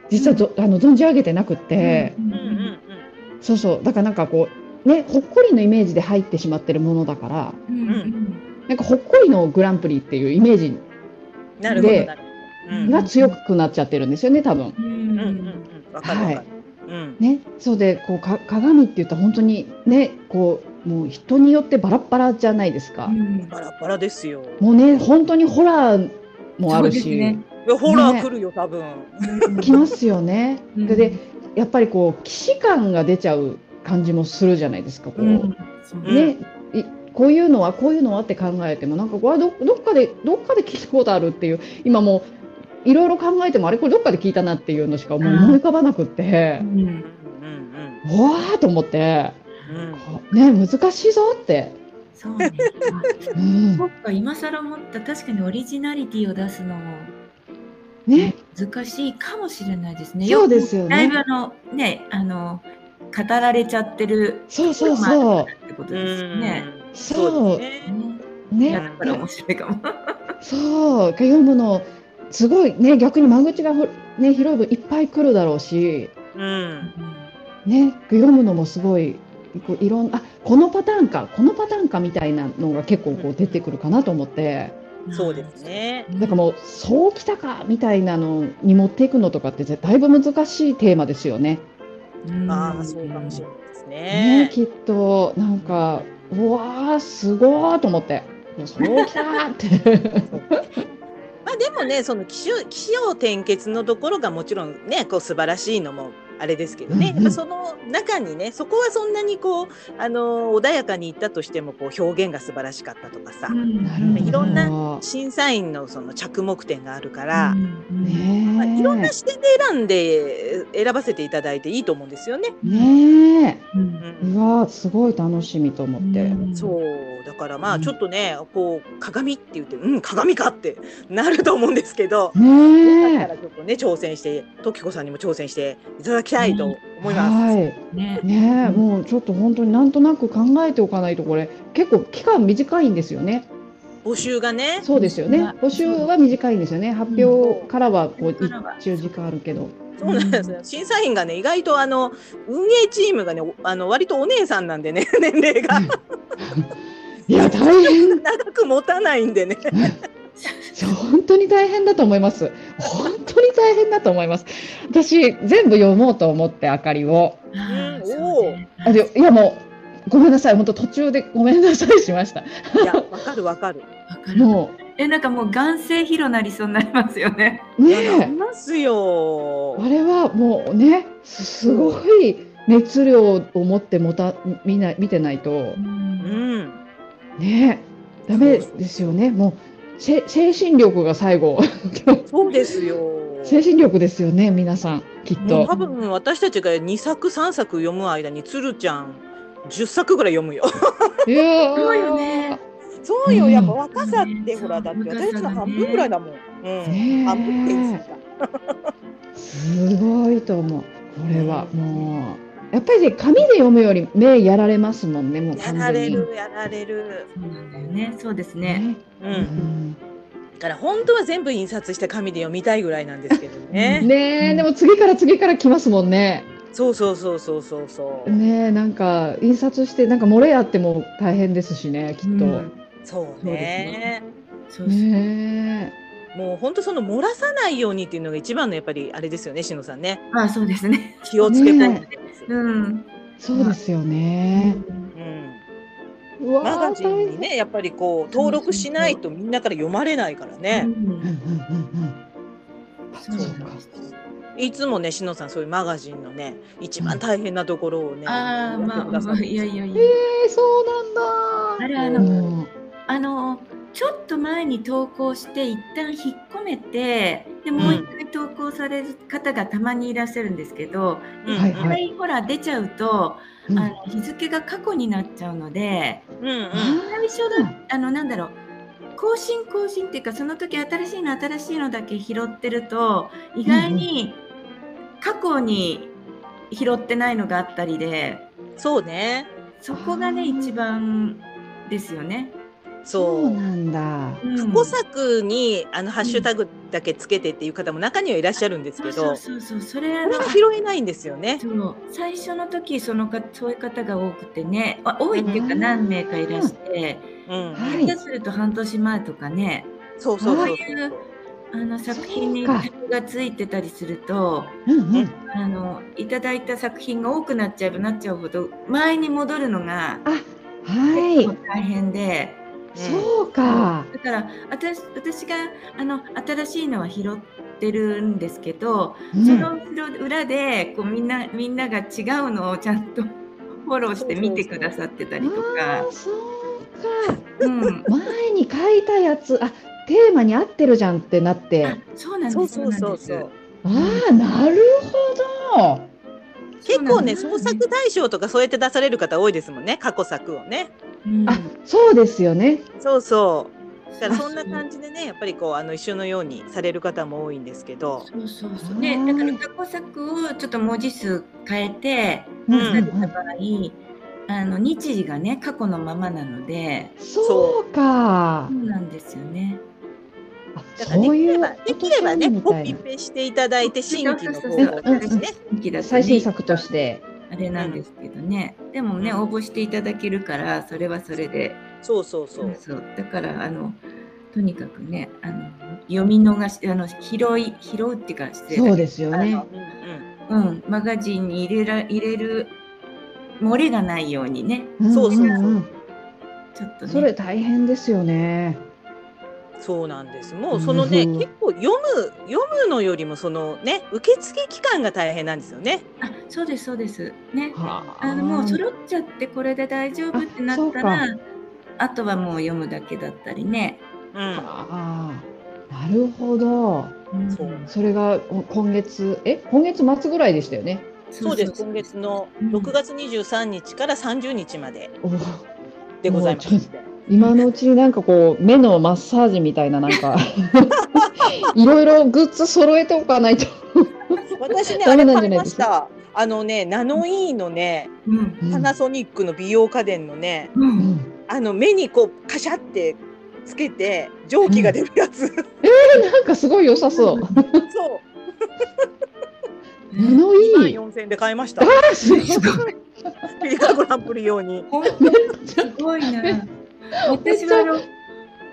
Speaker 2: 実はぞあの存じ上げてなくって、
Speaker 3: うん
Speaker 1: うんうん
Speaker 2: そうそうだからなんかこうねほっこりのイメージで入ってしまってるものだから
Speaker 3: うんうん
Speaker 2: なんかほっこりのグランプリっていうイメージ
Speaker 1: うんなるほど
Speaker 2: で
Speaker 1: なるほど。うん
Speaker 2: が強くなっちゃってるんですよね多分。
Speaker 3: うん
Speaker 1: うんうんうんわかるわかる。
Speaker 2: はい
Speaker 1: うん
Speaker 2: ね、そうでこうか鏡って言ったら本当にねこうもう人によってバラッバラじゃないですか、
Speaker 3: うん
Speaker 1: バラバラですよ。
Speaker 2: もうね本当にホラーもある
Speaker 3: そう
Speaker 2: し、
Speaker 3: ですね
Speaker 1: いやホラー
Speaker 2: ね
Speaker 1: 来るよ多分。
Speaker 2: きますよね、
Speaker 3: うん
Speaker 2: ででやっぱりこう既視感が出ちゃう感じもするじゃないですかこう、
Speaker 3: うんそう
Speaker 1: うん
Speaker 2: ねいこういうのはこういうのはって考えてもなんかこれどどっかでどっかで聞いたことあるっていう今もういろいろ考えてもあれこれどっかで聞いたなっていうのしかもう思い浮かばなくって
Speaker 3: う、
Speaker 1: うん
Speaker 3: ん
Speaker 1: うん
Speaker 2: うわーと思って、
Speaker 1: うんうん。
Speaker 2: こうね難しいぞって。
Speaker 3: そうね。
Speaker 2: うん
Speaker 3: そっか、今更思った、確かにオリジナリティを出すのも
Speaker 2: ね、
Speaker 3: 難しいかもしれないですね。
Speaker 2: そうですよ
Speaker 3: だいぶ
Speaker 2: ね。
Speaker 3: あのねあの語られちゃってる
Speaker 2: そうそうそう。
Speaker 3: ってことですよね。
Speaker 1: うん
Speaker 2: そう
Speaker 1: そうですね。
Speaker 3: ね
Speaker 2: ね、
Speaker 3: だから面白いかも。
Speaker 2: そう、読むの、すごいね、逆に間口がほね、広い分いっぱい来るだろうし。
Speaker 1: うん
Speaker 2: ね、読むのもすごい、こういろんな、あ、このパターンか、このパターンかみたいなのが結構こう出てくるかなと思って。
Speaker 1: そうです。ね。
Speaker 2: なんかもう、そうきたかみたいなのに持っていくのとかって、だいぶ難しいテーマですよね。
Speaker 3: うん
Speaker 1: ああそうかもしれないです
Speaker 2: ね
Speaker 1: ね、。
Speaker 2: きっと、なんか、うわー、すごーと思って。もうそうきたーって。
Speaker 1: まあでもねその気象気象転結のところがもちろんねこう素晴らしいのもあれですけどね、
Speaker 2: うんうん
Speaker 1: やっぱその中にねそこはそんなにこうあの穏やかにいったとしてもこう表現が素晴らしかったとかさ、
Speaker 3: うん
Speaker 2: なるほど。
Speaker 1: いろんな
Speaker 2: ね
Speaker 1: 審査員のその着目点があるから、
Speaker 3: うん
Speaker 1: まあ、
Speaker 2: え。
Speaker 1: いろんな視点で選んで選ばせていただいていいと思うんですよね。
Speaker 2: ね
Speaker 3: う
Speaker 1: うん
Speaker 2: え。うんわー、すごい楽しみと思って。
Speaker 3: うん
Speaker 1: そうだからま
Speaker 2: う
Speaker 1: あ
Speaker 2: ん
Speaker 1: ちょっとね、こう鏡って言ってうん鏡かってなると思うんですけど、よかった
Speaker 2: ね
Speaker 1: らちょっとね挑戦して時子さんにも挑戦していただきたいと
Speaker 2: え。
Speaker 1: 思います。
Speaker 2: はい。
Speaker 3: ね。
Speaker 2: ねえ、もうちょっと本当になんとなく考えておかないと、これ結構期間短いんですよね。
Speaker 1: 募集がね、
Speaker 2: そうですよね。
Speaker 3: うん
Speaker 2: 募集は短いんですよね。発表からはこう
Speaker 3: うんからは
Speaker 2: 一応時間あるけど。
Speaker 1: そうなんですよ。審査員がね、意外とあの運営チームがね、おあの割とお姉さんなんでね、 <laughs> 年齢が
Speaker 2: <laughs> いや、大変。
Speaker 1: 長く持たないんでね。
Speaker 2: 本当に大変だと思います。本当に大変だと思います。私全部読もうと思ってあかりを。
Speaker 3: あー
Speaker 1: うん
Speaker 3: そう
Speaker 1: お
Speaker 3: ね
Speaker 2: あでいやもうごめんなさい本当途中でごめんなさいしました
Speaker 1: いや、わかるわかる。
Speaker 3: わかる。
Speaker 2: も
Speaker 3: えなんかもう眼性疲労なりそうになりますよね。
Speaker 2: う
Speaker 1: いや、なり
Speaker 2: ねえ
Speaker 1: ますよ
Speaker 2: あ。れはもうねすすごい熱量を持ってもた見ない見てないと
Speaker 1: うん。
Speaker 2: ねえダメですよねもうせ精神力が最後
Speaker 1: そうですよ。
Speaker 2: 精神力ですよね皆さんきっ
Speaker 1: もう
Speaker 2: と
Speaker 1: 多分私たちが2作3作読む間につるちゃん10作ぐらい読むよ。
Speaker 2: いやー
Speaker 3: そうよね
Speaker 1: <laughs> そうよ、やっぱ若さって、
Speaker 3: うん
Speaker 1: ほらだって
Speaker 3: そう
Speaker 1: 私たちの半分ぐらいだもん。うん。
Speaker 2: ね
Speaker 1: 半分って言い過ぎた
Speaker 2: すごいと思うこれはもうやっぱりね紙で読むより目やられますもんねもう
Speaker 1: や
Speaker 2: 完
Speaker 1: られ
Speaker 2: 全に
Speaker 1: るやられる。
Speaker 3: そうなんだよね。そうですね。
Speaker 1: う。
Speaker 2: うんん
Speaker 1: だから本当は全部印刷して紙で読みたいぐらいなんですけどね。
Speaker 2: ねえ、でも次から次から来ますもんね。
Speaker 1: そうそうそうそうそうそう。
Speaker 2: ねえなんか印刷してなんか漏れあっても大変ですしねきっと、
Speaker 3: うん
Speaker 1: そう
Speaker 2: そうです
Speaker 1: ね
Speaker 2: ね。
Speaker 3: そうそう
Speaker 2: ね
Speaker 1: もう本当その漏らさないようにっていうのが一番のやっぱりあれですよね、しのさんね。
Speaker 3: まあそうですね。
Speaker 1: <laughs> 気をつけたい、
Speaker 2: ね
Speaker 3: うん。
Speaker 2: えそうですよね、
Speaker 1: うん。
Speaker 2: うわー
Speaker 1: マガジンに
Speaker 2: 大変
Speaker 1: ね、やっぱりこう登録しないとみんなから読まれないから
Speaker 3: う
Speaker 1: ね。
Speaker 2: うん
Speaker 3: ん
Speaker 2: うんうんうん
Speaker 3: そう
Speaker 2: そうか
Speaker 1: いつもね、しのさんそういうマガジンのね、一番大変なところをね、
Speaker 3: ああ、まあ、まあ、いやいやいや。
Speaker 2: えー、そうな
Speaker 3: あ
Speaker 2: んだ
Speaker 3: れあ
Speaker 1: う
Speaker 3: の、
Speaker 2: うん
Speaker 3: あのちょっと前に投稿して一旦引っ込めてでもう一回投稿される方がたまにいらっしゃるんですけど、
Speaker 1: うん
Speaker 2: はい
Speaker 3: 一回ほら出ちゃうと、
Speaker 2: うん
Speaker 3: あの日付が過去になっちゃうので
Speaker 1: うんうん。
Speaker 3: 最初だあのなんだろう更新更新っていうかその時新しいの新しいのだけ拾ってると意外に過去に拾ってないのがあったりで
Speaker 1: そうね。
Speaker 3: そこが
Speaker 2: あ
Speaker 3: ね
Speaker 2: ー
Speaker 3: 一番ですよね。
Speaker 2: そ
Speaker 1: そう
Speaker 2: う。なんだ
Speaker 3: うん
Speaker 1: 過去作にあのハッシュタグだけつけてっていう方も中にはいらっしゃるんです
Speaker 3: そ
Speaker 1: け
Speaker 3: うそ
Speaker 1: ど
Speaker 3: う、そうそうそれあ
Speaker 1: これ
Speaker 3: の
Speaker 1: は拾えないんですよね。
Speaker 3: そう最初の時そのかそういう方が多くてねあ多いっていうか
Speaker 2: うん
Speaker 3: 何名かいらして
Speaker 1: うん。
Speaker 2: はい
Speaker 3: 下手すると半年前とかね
Speaker 1: そうそうそう
Speaker 3: こ
Speaker 1: そう
Speaker 3: いう
Speaker 1: う。
Speaker 3: あの作品に
Speaker 2: そうか
Speaker 3: タグがついてたりすると
Speaker 2: うんうん
Speaker 1: ね
Speaker 3: あのいただいた作品が多くなっちゃえばなっちゃうほど前に戻るのが
Speaker 2: あはい、
Speaker 3: 結構大変で。
Speaker 2: そうか
Speaker 3: だから私私があの新しいのは拾ってるんですけど、
Speaker 2: うん
Speaker 3: その裏でこうみんなみんなが違うのをちゃんと <laughs> フォローして見てくださってたりと
Speaker 2: あ
Speaker 3: か
Speaker 2: ー、そうか
Speaker 3: うん、
Speaker 2: 前に書いたやつあテーマに合ってるじゃんってなって
Speaker 3: あそうなん
Speaker 1: そ
Speaker 3: で
Speaker 1: う
Speaker 3: す
Speaker 1: そうそうそ
Speaker 3: そう
Speaker 1: う。
Speaker 2: ああなるほ
Speaker 1: 結構ね、
Speaker 3: そうな
Speaker 1: 創
Speaker 3: んです
Speaker 1: 作大賞とかそうやって出される方多いですもんね、過去作をね。
Speaker 3: うん
Speaker 2: どあそうですよね
Speaker 1: そうそう。だから
Speaker 3: そ
Speaker 1: そう
Speaker 3: そうん
Speaker 1: な感じでね、やっぱりこうあの一緒のようにされる方も多いんですけど、
Speaker 3: そうそうそう
Speaker 2: あ
Speaker 3: ね
Speaker 2: ー
Speaker 3: だから過去作をちょっと文字数変えて
Speaker 1: う
Speaker 3: 出され
Speaker 1: ん、
Speaker 3: た場合、あの日時がね過去のままなので
Speaker 2: そうか
Speaker 3: そうなんですよね。
Speaker 2: あ
Speaker 1: だからで
Speaker 2: そう
Speaker 1: き
Speaker 2: い
Speaker 1: れ
Speaker 2: う
Speaker 1: ばできればね、
Speaker 2: み
Speaker 1: コ
Speaker 2: たい
Speaker 1: ピ
Speaker 2: な
Speaker 1: ペしていただいて新規の
Speaker 3: そ
Speaker 1: 方
Speaker 3: うそうそう
Speaker 1: をですね。
Speaker 3: 新規だとね
Speaker 2: 最新作として
Speaker 3: あれなんですけどね、でもね
Speaker 1: うん
Speaker 3: 応募していただけるからそれはそれで
Speaker 1: そうそうそう。
Speaker 3: そうだからあのとにかくねあの読み逃しあの拾い拾うっていうか失礼だけ
Speaker 2: そ
Speaker 3: ど
Speaker 2: うですよ
Speaker 3: あ
Speaker 2: ね
Speaker 3: の
Speaker 1: うんうん
Speaker 3: うん、マガジンに入れら入れる漏れがないようにね
Speaker 2: んんん
Speaker 1: そうそうそうん
Speaker 3: ちょっとね
Speaker 2: それ大変ですよね
Speaker 1: そうなんです。もうそのね、
Speaker 2: うん
Speaker 1: 結構読む読むのよりもそのね、受付期間が大変なんですよね。
Speaker 3: あそうですそうですね
Speaker 2: は
Speaker 3: あのもう揃っちゃってこれで大丈夫ってなった
Speaker 2: あ
Speaker 3: ら
Speaker 2: そ
Speaker 3: あとはもう読むだけだったりね、
Speaker 1: うん。
Speaker 2: あーなるほど
Speaker 3: うん
Speaker 1: そう
Speaker 2: それがお今月え今月末ぐらいでしたよね
Speaker 1: そうです。今月の6月23日から30日まで
Speaker 2: お
Speaker 1: でございます。
Speaker 2: もうち今のうちになんかこう目のマッサージみたいななん
Speaker 1: <laughs>
Speaker 2: かいろいろグッズ揃えておかないと、
Speaker 1: 私ね、あ
Speaker 2: ダ
Speaker 1: れ
Speaker 2: メなん
Speaker 1: 買い
Speaker 2: じゃない
Speaker 1: ま
Speaker 2: で
Speaker 1: し
Speaker 2: すか
Speaker 1: た。あのね、ナノイーのね、
Speaker 3: うん
Speaker 2: うん
Speaker 1: パナソニックの美容家電のね、
Speaker 3: う
Speaker 2: うんん
Speaker 1: あの目にこうカシャってつけて蒸気が出るやつ。
Speaker 2: なんかすごい良さそう
Speaker 1: そう。
Speaker 2: ナノ
Speaker 1: 1万
Speaker 2: イー
Speaker 1: 4000円で買いま
Speaker 2: <laughs>
Speaker 1: した。
Speaker 2: あすごい
Speaker 1: ピリカグランプリ用に。
Speaker 3: 本当にすごいな。私はあの、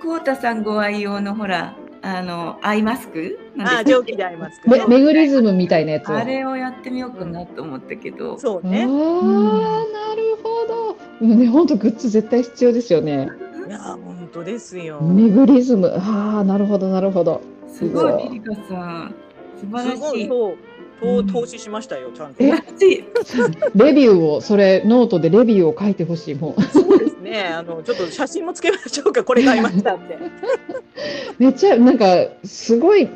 Speaker 3: こうたさんご愛用のほら、あの、アイマスク。
Speaker 1: あ
Speaker 3: な
Speaker 1: あ、
Speaker 3: んで
Speaker 1: 蒸
Speaker 3: す
Speaker 1: 気で合いますか
Speaker 2: め
Speaker 1: ら。
Speaker 2: メグリズムみたいなやつを
Speaker 3: あれをやってみようかなと思ったけど。
Speaker 1: そう
Speaker 2: あー
Speaker 1: ね。
Speaker 2: なるほどでもね本当グッズ絶対必要ですよね
Speaker 1: いや、本当ですよ。
Speaker 2: メグリズムああなるほどなるほど
Speaker 3: すごい、リリカさん。素晴ら
Speaker 1: すごい、
Speaker 3: しい。
Speaker 1: そう。
Speaker 3: う
Speaker 1: と
Speaker 3: ん
Speaker 1: 投資しましたよ、ちゃんと。
Speaker 2: え
Speaker 3: 素晴らしい。
Speaker 1: <laughs>
Speaker 2: レビューをそれノートでレビューを書いてほしいもう <laughs>
Speaker 1: そうですね。あの、ちょっと写真もつけましょうか。これ買いました
Speaker 2: <laughs>
Speaker 1: って。
Speaker 2: めっちゃなんかすごい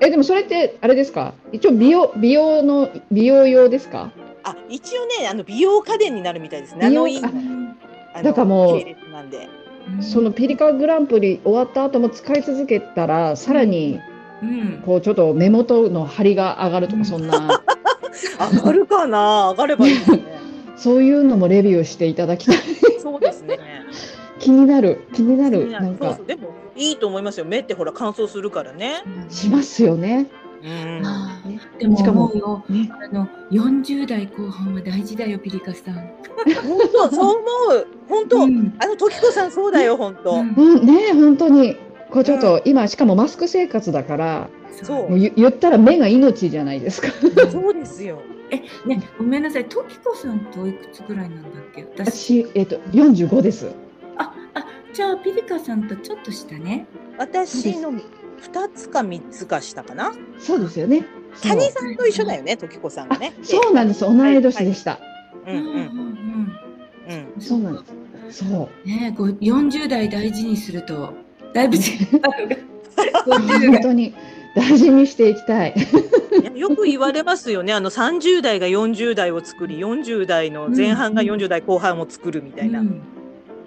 Speaker 2: えでもそれってあれですか一応美容美容の美容用ですか
Speaker 1: あ、一応ね、あの美容家電になるみたいです。ナ
Speaker 2: 美容
Speaker 1: ノイーの。あの
Speaker 2: だからもう
Speaker 1: 系列なんで。
Speaker 2: そのピリカグランプリ終わった後も使い続けたらさらに
Speaker 3: うん。
Speaker 2: こうちょっと目元の張りが上がると
Speaker 3: うん
Speaker 2: かそんな
Speaker 1: 上がるかな。上がればいいですね。
Speaker 2: <laughs> そういうのもレビューしていただきたい <laughs>
Speaker 1: そうですね。
Speaker 2: 気になる気にな
Speaker 1: 気
Speaker 2: る
Speaker 1: にな
Speaker 2: なん
Speaker 1: るそう
Speaker 2: か
Speaker 1: そう。でもいいと思いますよ。目ってほら乾燥するからね。
Speaker 2: しますよね
Speaker 1: うん
Speaker 2: ああね
Speaker 3: でも
Speaker 2: しかも
Speaker 3: 思うよ
Speaker 2: ね
Speaker 3: あの40代後半は大事だよピリカさん。
Speaker 1: 本当そう思う本当、
Speaker 3: うん
Speaker 1: あの時子さんそうだよ本当、 <laughs>
Speaker 3: うん
Speaker 2: うん、ね本当にこうちょっと、今しかもマスク生活だから
Speaker 1: そう
Speaker 2: もう言言ったら目が命じゃないですか
Speaker 1: そうですよ
Speaker 3: え、ね、ごめんなさい、ときこさんとおいくつぐらいなんだっけ、私。
Speaker 2: 私、 <laughs> えっと45です
Speaker 3: あ、あ、じゃあ、ピリカさんとちょっとしたね。
Speaker 1: 私の二つか三つかしたかな
Speaker 2: そうですよねそう
Speaker 1: 谷さんと一緒だよね時子さんが
Speaker 2: あ
Speaker 1: ね
Speaker 2: そうなんです同い年でした、
Speaker 1: う
Speaker 3: うん
Speaker 1: う
Speaker 3: うんん
Speaker 1: うん
Speaker 3: うん。
Speaker 2: そうなんですそう
Speaker 3: ね、こう、四十代大事にすると、だいぶ違
Speaker 1: <laughs>
Speaker 3: うが。50
Speaker 2: 本
Speaker 3: 代
Speaker 2: 当に大事にしていきたい
Speaker 1: いや
Speaker 2: <laughs>
Speaker 1: よく言われますよねあの30代が40代を作り40代の前半が
Speaker 3: うんうん
Speaker 1: 40代後半を作るみたいな、
Speaker 3: うん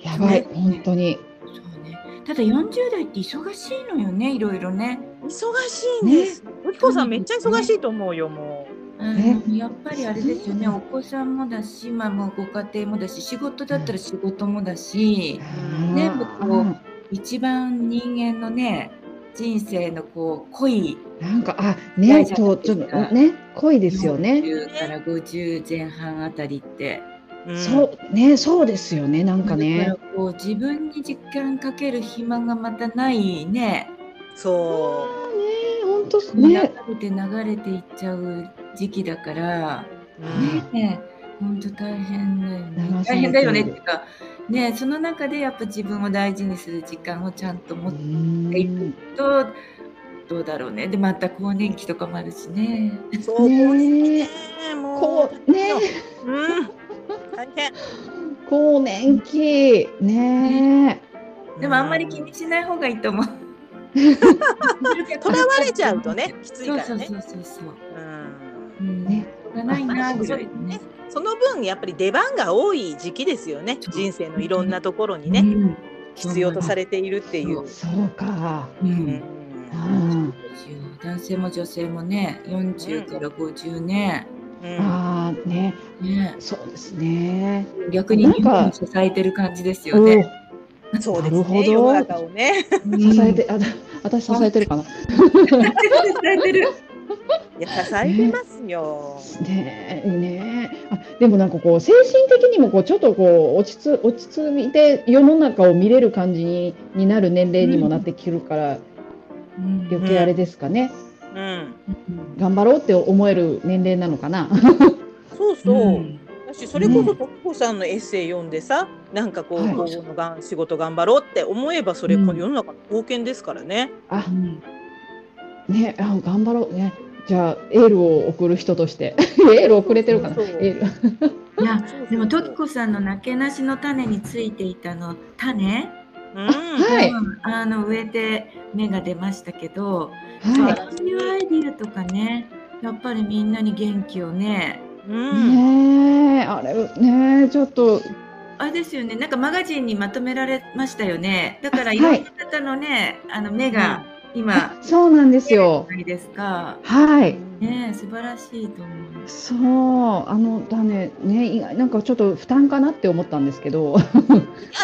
Speaker 2: やばい
Speaker 3: ね
Speaker 2: 本当に
Speaker 3: そうね。ただ、四十代って忙しいのよね、いろいろね。
Speaker 1: 忙しいんです時子さんめっちゃ忙しいと思うよも
Speaker 3: あ
Speaker 2: ね
Speaker 3: のやっぱりあれですよね、お子さんもだし、まあ、もうご家庭もだし、仕事だったら仕事もだし。ね
Speaker 2: あー
Speaker 3: 僕も一番人間のね人生のこう濃い
Speaker 2: なんかあ
Speaker 3: 嫌
Speaker 2: ね
Speaker 3: いじゃな
Speaker 2: と
Speaker 3: いです
Speaker 2: ち
Speaker 3: か
Speaker 2: ょっとね濃いですよね、
Speaker 3: 40から50前半あたりって、
Speaker 1: う、うん
Speaker 2: そうねそうですよねなんか
Speaker 3: だ
Speaker 2: ね
Speaker 3: からこう自分に時間かける暇がまたないね
Speaker 1: そ
Speaker 2: ね本当
Speaker 3: 流
Speaker 2: ね
Speaker 3: れて流れていっちゃう時期だから
Speaker 1: う、うん
Speaker 3: ね本当大変だよ
Speaker 2: 流
Speaker 3: ね
Speaker 2: されている
Speaker 3: 大変だよねっていうかねその中でやっぱ自分を大事にする時間をちゃんと持っていくと、どうだろうねでまた更年期とかもあるしね。
Speaker 1: そう
Speaker 2: ねえ
Speaker 1: こうねえも
Speaker 2: こうね
Speaker 1: う、うん、大変
Speaker 2: 更年期ね
Speaker 3: でもあんまり気にしない方がいいと思う。
Speaker 1: とらわれちゃうとねきつい
Speaker 3: そ
Speaker 1: か
Speaker 3: うそ
Speaker 1: ら
Speaker 3: う
Speaker 1: ね
Speaker 3: そうそうそう。
Speaker 1: うん
Speaker 3: うん、
Speaker 2: ね
Speaker 3: ね。がないなぐらい
Speaker 1: ねその分やっぱり出番が多い時期ですよね人生のいろんなところにね、
Speaker 3: うん。
Speaker 1: 必要とされているっていう。
Speaker 2: そうか
Speaker 3: う。
Speaker 1: うんん
Speaker 2: うん
Speaker 3: 男性も女性もね、40から50ね。
Speaker 1: うん
Speaker 2: あーね
Speaker 3: ね。
Speaker 2: そうですね
Speaker 3: 逆に
Speaker 2: なん
Speaker 3: 日
Speaker 2: か
Speaker 3: 本を支えてる感じですよね。
Speaker 1: そうです
Speaker 2: なるほど
Speaker 1: ね世の中をね。
Speaker 2: おー支えてあ私支えてるかな
Speaker 3: 支えてる。
Speaker 1: いや支えてますよ。
Speaker 2: ねえねえあでもなんかこう精神的にもこうちょっとこう落ちつ落ち着いて世の中を見れる感じにになる年齢にもなってきるから、
Speaker 3: うん
Speaker 2: 余計あれですかね、
Speaker 1: うん、
Speaker 3: うん
Speaker 2: 頑張ろうって思える年齢なのかな。
Speaker 1: そうそう。
Speaker 3: ん
Speaker 1: だしそれこそ徳子さんのエッセイ読んでさ、なんかこう、
Speaker 2: はい
Speaker 1: 今後のがん仕事頑張ろうって思えばそれ、
Speaker 3: うん
Speaker 1: この世の中の貢献ですからね。
Speaker 2: <laughs> あ
Speaker 3: うん
Speaker 2: ねあ頑張ろうねじゃあエールを送る人として <laughs> エールをくれてるかな
Speaker 1: そう
Speaker 2: エール
Speaker 3: いや
Speaker 1: そうそうそう
Speaker 3: でも時子さんのなけなしの種についていたの種、
Speaker 1: うん、
Speaker 2: はい
Speaker 3: うんあの植えて芽が出ましたけど、
Speaker 2: は
Speaker 3: そういうアイディアとかねやっぱりみんなに元気をね
Speaker 1: う
Speaker 2: い
Speaker 1: ん、
Speaker 2: ねえあれねえちょっと
Speaker 3: あれですよねなんかマガジンにまとめられましたよねだから
Speaker 2: あ
Speaker 3: いろ
Speaker 2: はい
Speaker 3: んな方のね、あの芽が今
Speaker 2: そうなんです
Speaker 3: 出てる
Speaker 2: よ
Speaker 3: じゃないですか
Speaker 2: はい
Speaker 3: ね素晴らしいと思います
Speaker 2: そうあのだねね意外なんかちょっと負担かなって思ったんですけど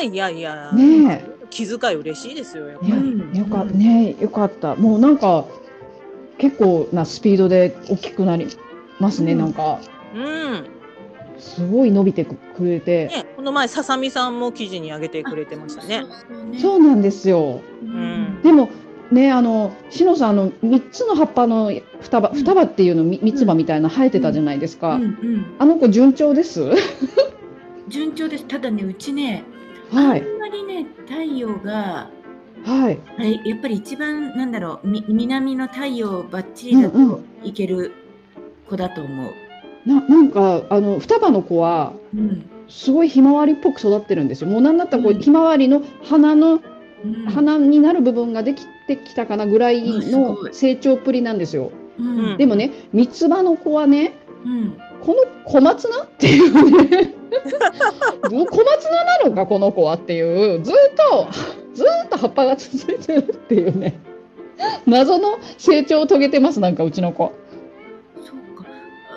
Speaker 1: いやいやいや。
Speaker 2: ねえ
Speaker 1: 気遣い嬉しいですよやっぱり。
Speaker 2: ね
Speaker 3: うん
Speaker 2: よかねよかったもうなんか結構なスピードで大きくなりますね、
Speaker 3: うん
Speaker 2: なんか
Speaker 1: うん。
Speaker 2: すごい伸びてくれて、
Speaker 1: ね、この前ささみさんも記事に上げてくれてましたね。
Speaker 2: そうなんですよ
Speaker 3: う
Speaker 1: うん
Speaker 2: でもねあのしのさんあの3つの葉っぱの双葉双葉っていうのみ三つ葉みたいな生えてたじゃないですか、
Speaker 3: うんうん
Speaker 2: あの子順調です
Speaker 3: 順調ですただねうちね
Speaker 2: は
Speaker 3: あ
Speaker 2: い
Speaker 3: んまりね太陽が
Speaker 2: はい
Speaker 3: はい、やっぱり一番なんだろうみ南の太陽ばっちりだ
Speaker 2: うんう
Speaker 3: といける子だと思う。
Speaker 2: ななんかあの双葉の子は
Speaker 3: うん
Speaker 2: すごいひまわりっぽく育ってるんですよもうなんだったらこう、
Speaker 3: うん
Speaker 2: ひまわりの花の
Speaker 3: うん
Speaker 2: 花になる部分ができてきたかなぐらい
Speaker 3: うんすご
Speaker 2: の
Speaker 3: い
Speaker 2: 成長っぷりなんですよ、
Speaker 3: うん
Speaker 1: うん
Speaker 2: でもね三つ葉の子はね
Speaker 3: うん
Speaker 2: この小松菜っていうね <laughs> 小松菜なのかこの子はっていうずーっとずーっと葉っぱが続いてるっていうね謎の成長を遂げてますなんかうちの子
Speaker 3: そうか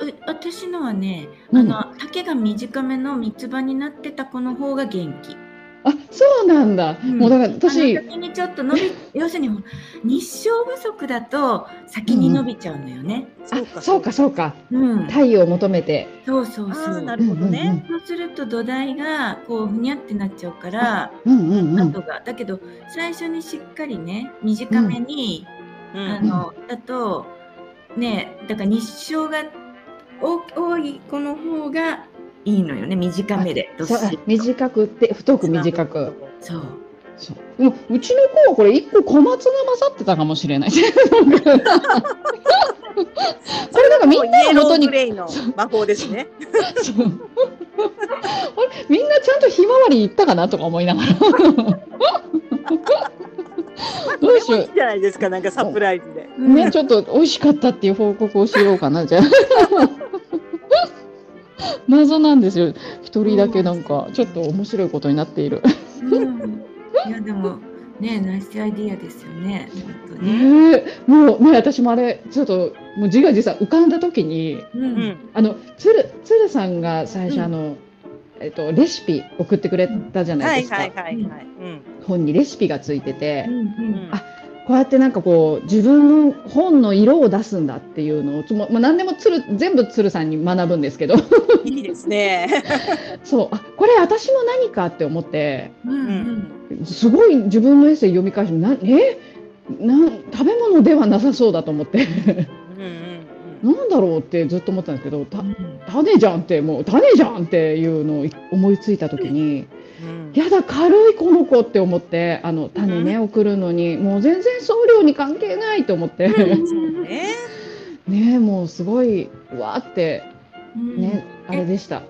Speaker 3: う私のはね、
Speaker 2: うん
Speaker 3: あの丈が短めの三つ葉になってた子の方が元気。
Speaker 2: ああそうなんだ、
Speaker 3: うん
Speaker 2: もうだから私
Speaker 3: あの先にちょっ
Speaker 2: <laughs>
Speaker 3: と伸び要するにほら日照不足だと先に伸びちゃうのよね。
Speaker 2: あそうかそうか
Speaker 3: うん、
Speaker 2: 太陽を求めて
Speaker 3: そうそうそ
Speaker 1: あー
Speaker 3: う。
Speaker 1: なるほどね。
Speaker 3: そうすると土台がこうふにゃってなっちゃうから、
Speaker 2: うんうんう
Speaker 3: 後
Speaker 2: ん
Speaker 3: がだけど最初にしっかりね短めに、
Speaker 1: う
Speaker 3: あ
Speaker 1: ん
Speaker 3: のだとねだから日照が多多い子の方がいいのよね短めでどっ
Speaker 2: そう
Speaker 3: しり
Speaker 2: あ
Speaker 3: と
Speaker 2: 短くって太く短く。
Speaker 3: そう
Speaker 2: そうでもうちの子はこれ一個小松が勝ってたかもしれない。 <laughs> なんかこれなんかみんな
Speaker 1: イエ
Speaker 2: の
Speaker 1: ロ
Speaker 2: 元
Speaker 1: ー
Speaker 2: に
Speaker 1: グレイの魔法ですね。
Speaker 2: そうあれみんなちゃんとひまわり行ったかなとか思いながらどうしよ
Speaker 1: いいじゃないですか、なんかサプライズで。
Speaker 2: うねちょっと美味しかったっていう報告をしようかなじゃあ謎なんですよ一人だけなんかちょっと面白いことになっている
Speaker 3: うん、いやでもねナイスアイディアですよね本当
Speaker 2: ね
Speaker 3: に。
Speaker 2: えもうね私もあれちょっともう自画自賛浮かんだ時に
Speaker 3: う
Speaker 1: うんん。
Speaker 2: あの鶴鶴さんが最初、
Speaker 1: うん
Speaker 2: あのえっと、レシピ送ってくれたじゃな
Speaker 1: はいい
Speaker 2: ですか、
Speaker 1: はいはいはい。うん。
Speaker 2: 本にレシピがついてて、
Speaker 3: うんうん
Speaker 2: あこうやってなんかこう自分の本の色を出すんだっていうのをつも、まあ、何でも鶴全部鶴さんに学ぶんですけど <laughs>
Speaker 1: いいですね。
Speaker 2: そうあこれ私の何かって思って
Speaker 3: うんうん
Speaker 2: すごい自分のエッセイ読み返してなえなん食べ物ではなさそうだと思って <laughs>
Speaker 1: うんうん
Speaker 2: なんだろうってずっと思ってたんですけどた
Speaker 3: うん
Speaker 2: 種じゃんってもう種じゃんっていうのを思いついた時に
Speaker 1: うん。
Speaker 2: やだ軽いこの子って思ってあの種ね送るのにもう全然送料に関係ないと思って。
Speaker 1: そうね。
Speaker 2: ねえもうすごいうわーって
Speaker 3: うん
Speaker 2: ね、あ
Speaker 3: え
Speaker 2: れでした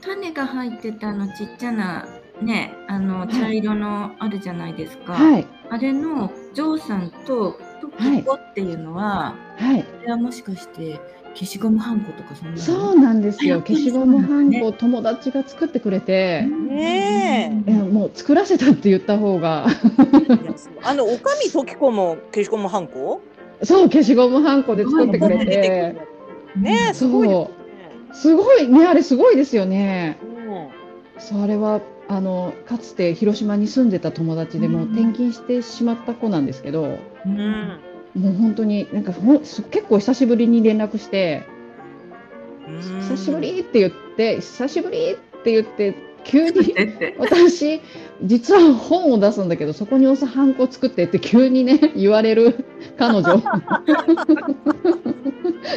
Speaker 3: 種が入ってたあのちっちゃなねあの
Speaker 2: い
Speaker 3: 茶色のあるじゃないですか、
Speaker 2: はい
Speaker 3: あれのジョーさんとトキコっていうのは、
Speaker 2: はい
Speaker 3: あれはもしかして消しゴムはんことかそんなの
Speaker 2: そうなんです
Speaker 3: あ
Speaker 2: よ
Speaker 3: 本当に
Speaker 2: 消しゴムはん
Speaker 3: そう
Speaker 2: こ友達が作ってくれて、
Speaker 1: ね
Speaker 2: いやもう作らせたって言った方が <laughs>
Speaker 1: いやそうあの、おかみときこも消しゴムはんこ
Speaker 2: そう消しゴムはんこで作ってくれ
Speaker 1: 出てくる
Speaker 2: て
Speaker 1: やつねえ、すごいで
Speaker 2: そうすごいねあれすごいですよね
Speaker 1: すね。
Speaker 2: そうあれはあのかつて広島に住んでた友達でも
Speaker 3: う
Speaker 2: うん転勤してしまった子なんですけど
Speaker 3: う
Speaker 1: うんん。
Speaker 2: もう本当になんかほんす結構久しぶりに連絡して
Speaker 1: うん
Speaker 2: 久しぶりって言って久しぶりって言って急に
Speaker 3: えって
Speaker 2: 私実は本を出すんだけどそこに押すハンコ作ってって急にね <laughs> 言われる彼女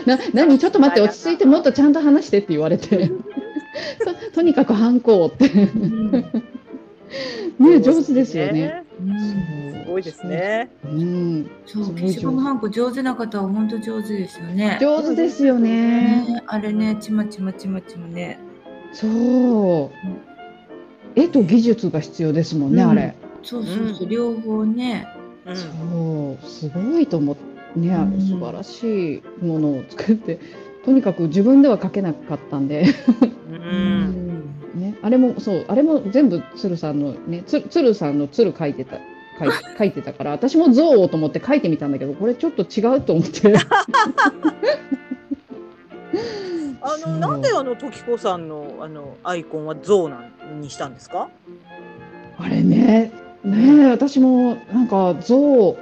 Speaker 2: な何ちょっと待って落ち着いてもっとちゃんと話してって言われてととにかくハンコをってね
Speaker 3: うん
Speaker 2: 上手ですよね。
Speaker 3: うん
Speaker 1: すごいですね。
Speaker 2: うん
Speaker 3: そう
Speaker 2: すごい
Speaker 3: 消しゴムはんこ上手な方は本当上手ですよね
Speaker 2: 上手ですよね
Speaker 3: ねあれねちまちまちまちまね
Speaker 2: そう絵と技術が必要ですもんね、
Speaker 3: うん
Speaker 2: あれ
Speaker 3: そうそうそう、両方ね
Speaker 1: うん
Speaker 2: そうすごいと思ってね、
Speaker 3: うん
Speaker 2: 素晴らしいものを作ってとにかく自分では書けなかったんで、 <laughs>
Speaker 1: うん。
Speaker 2: ね、あれもそうあれも全部鶴さんのねつ鶴さんの鶴書いてた書い書いてたから私も象をと思って書いてみたんだけどこれちょっと違うと思って
Speaker 1: あ
Speaker 2: そう
Speaker 1: の、なんであの、ときこさんの、あの、アイコンは象なん、にしたんですか。
Speaker 2: あれねねえ私もなんか象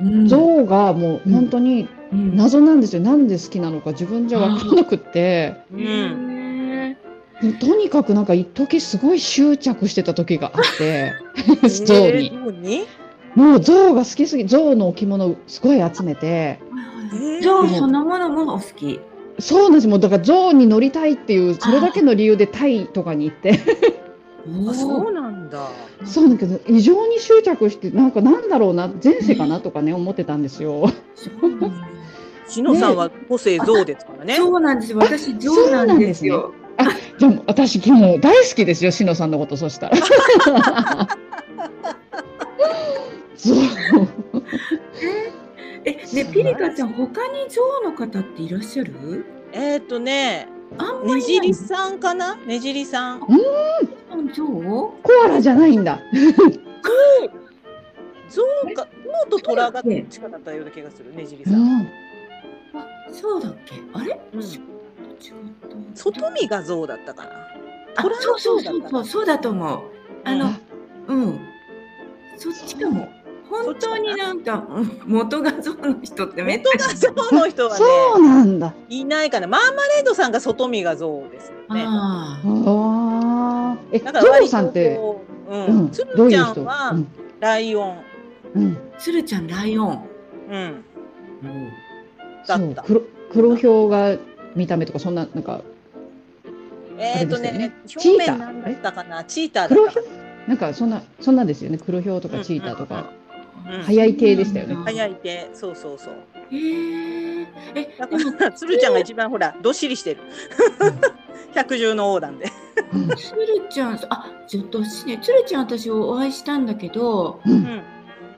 Speaker 3: うん
Speaker 2: 象がもう本当に
Speaker 3: うん
Speaker 2: 謎なんですよ、なんで好きなのか自分じゃ分からなくって。
Speaker 1: うん。
Speaker 3: ね
Speaker 2: でもとにかくなんか一時すごい執着してた時があって象
Speaker 1: え
Speaker 2: に
Speaker 1: ー象に。
Speaker 2: もう象が好きすぎ象の置物をすごい集めて
Speaker 1: えー
Speaker 3: じゃあそのものもお好き。
Speaker 2: そうなんですもうだから象に乗りたいっていうそれだけの理由でタイとかに行って
Speaker 1: あ、そうなんだ。
Speaker 2: そうだけど異常に執着してなんかなんだろうな前世かなとかね思ってたんで
Speaker 1: <laughs>
Speaker 2: すよ
Speaker 3: そうなんだ
Speaker 1: しのさんは個性象ですからね。
Speaker 3: そうなんですよ。私
Speaker 2: あ
Speaker 3: そうなんですよ。
Speaker 2: でも私もう大好きですよしのさんのことそ
Speaker 1: <laughs>
Speaker 2: したらそう
Speaker 3: え、ねピリカちゃん他にゾウの方っていらっしゃる？
Speaker 1: えーっとね、
Speaker 3: あんま
Speaker 1: ね
Speaker 3: り
Speaker 1: じ
Speaker 3: ない
Speaker 1: り。さんかな。ねじりさん。
Speaker 3: ゾウ？
Speaker 2: コアラじゃないんだ
Speaker 1: 象か、象と虎が近かったような気がする。ねじり
Speaker 2: う
Speaker 1: さん。
Speaker 2: ん
Speaker 3: あ、そうだっけ？あれ？
Speaker 1: うん
Speaker 3: 違った。
Speaker 1: 外見が象だったかな。
Speaker 3: あ、
Speaker 1: 虎
Speaker 3: そ
Speaker 1: の
Speaker 3: う
Speaker 1: 象
Speaker 3: そう
Speaker 1: だ
Speaker 3: そ
Speaker 1: っ
Speaker 3: う
Speaker 1: た
Speaker 3: そうそうだと思う。あの
Speaker 2: あ
Speaker 3: うん、そっちかも。
Speaker 1: そっ
Speaker 3: 本
Speaker 1: ちか
Speaker 3: 当
Speaker 1: な
Speaker 3: になんかうん元画像の人ってめっ
Speaker 1: 元
Speaker 3: ち
Speaker 1: 画像の人はね
Speaker 2: そうなんだ。
Speaker 1: いないかなマーマレードさんが外見画像ですよ
Speaker 3: ゃ、
Speaker 1: ね。
Speaker 3: ああ
Speaker 2: ああ。え、ゾ
Speaker 1: だから割と
Speaker 2: ウさんって、
Speaker 1: こう、う、
Speaker 2: うんん、
Speaker 1: つ
Speaker 2: ど
Speaker 1: る
Speaker 2: うい
Speaker 1: ち
Speaker 2: う
Speaker 1: ゃ
Speaker 2: 人？
Speaker 1: ん
Speaker 2: う
Speaker 1: は
Speaker 2: ん
Speaker 1: ライオン、
Speaker 2: うん、
Speaker 3: 鶴ちゃんライオン。
Speaker 1: うん、
Speaker 3: うん
Speaker 1: だ
Speaker 2: そ
Speaker 1: っ
Speaker 2: う
Speaker 1: た。
Speaker 2: 黒黒ひょうが見た目とかそんななんか
Speaker 1: えっ、と
Speaker 2: あれ
Speaker 1: ね、
Speaker 2: です
Speaker 1: 表
Speaker 2: よね
Speaker 1: 面なんだったかな、チーターだ
Speaker 2: 黒
Speaker 1: った
Speaker 2: ひょ
Speaker 1: か
Speaker 2: うなんかそんなそんなんですよね。黒ひょうと
Speaker 1: う
Speaker 2: か
Speaker 1: ん
Speaker 2: チーターとか、
Speaker 1: な。うん、
Speaker 2: 早い系でしたよね。
Speaker 1: 早い手、そうそうそう。
Speaker 3: へえ。え、
Speaker 1: だ
Speaker 3: で
Speaker 1: か
Speaker 3: も
Speaker 1: ら、つるちゃんが一番ほら、どっしりしてる。百獣の王なんで。
Speaker 2: うん
Speaker 3: 鶴ちゃん、あ、ちょっと私ね、鶴ちゃん私お会いしたんだけど、
Speaker 2: う
Speaker 1: うんん、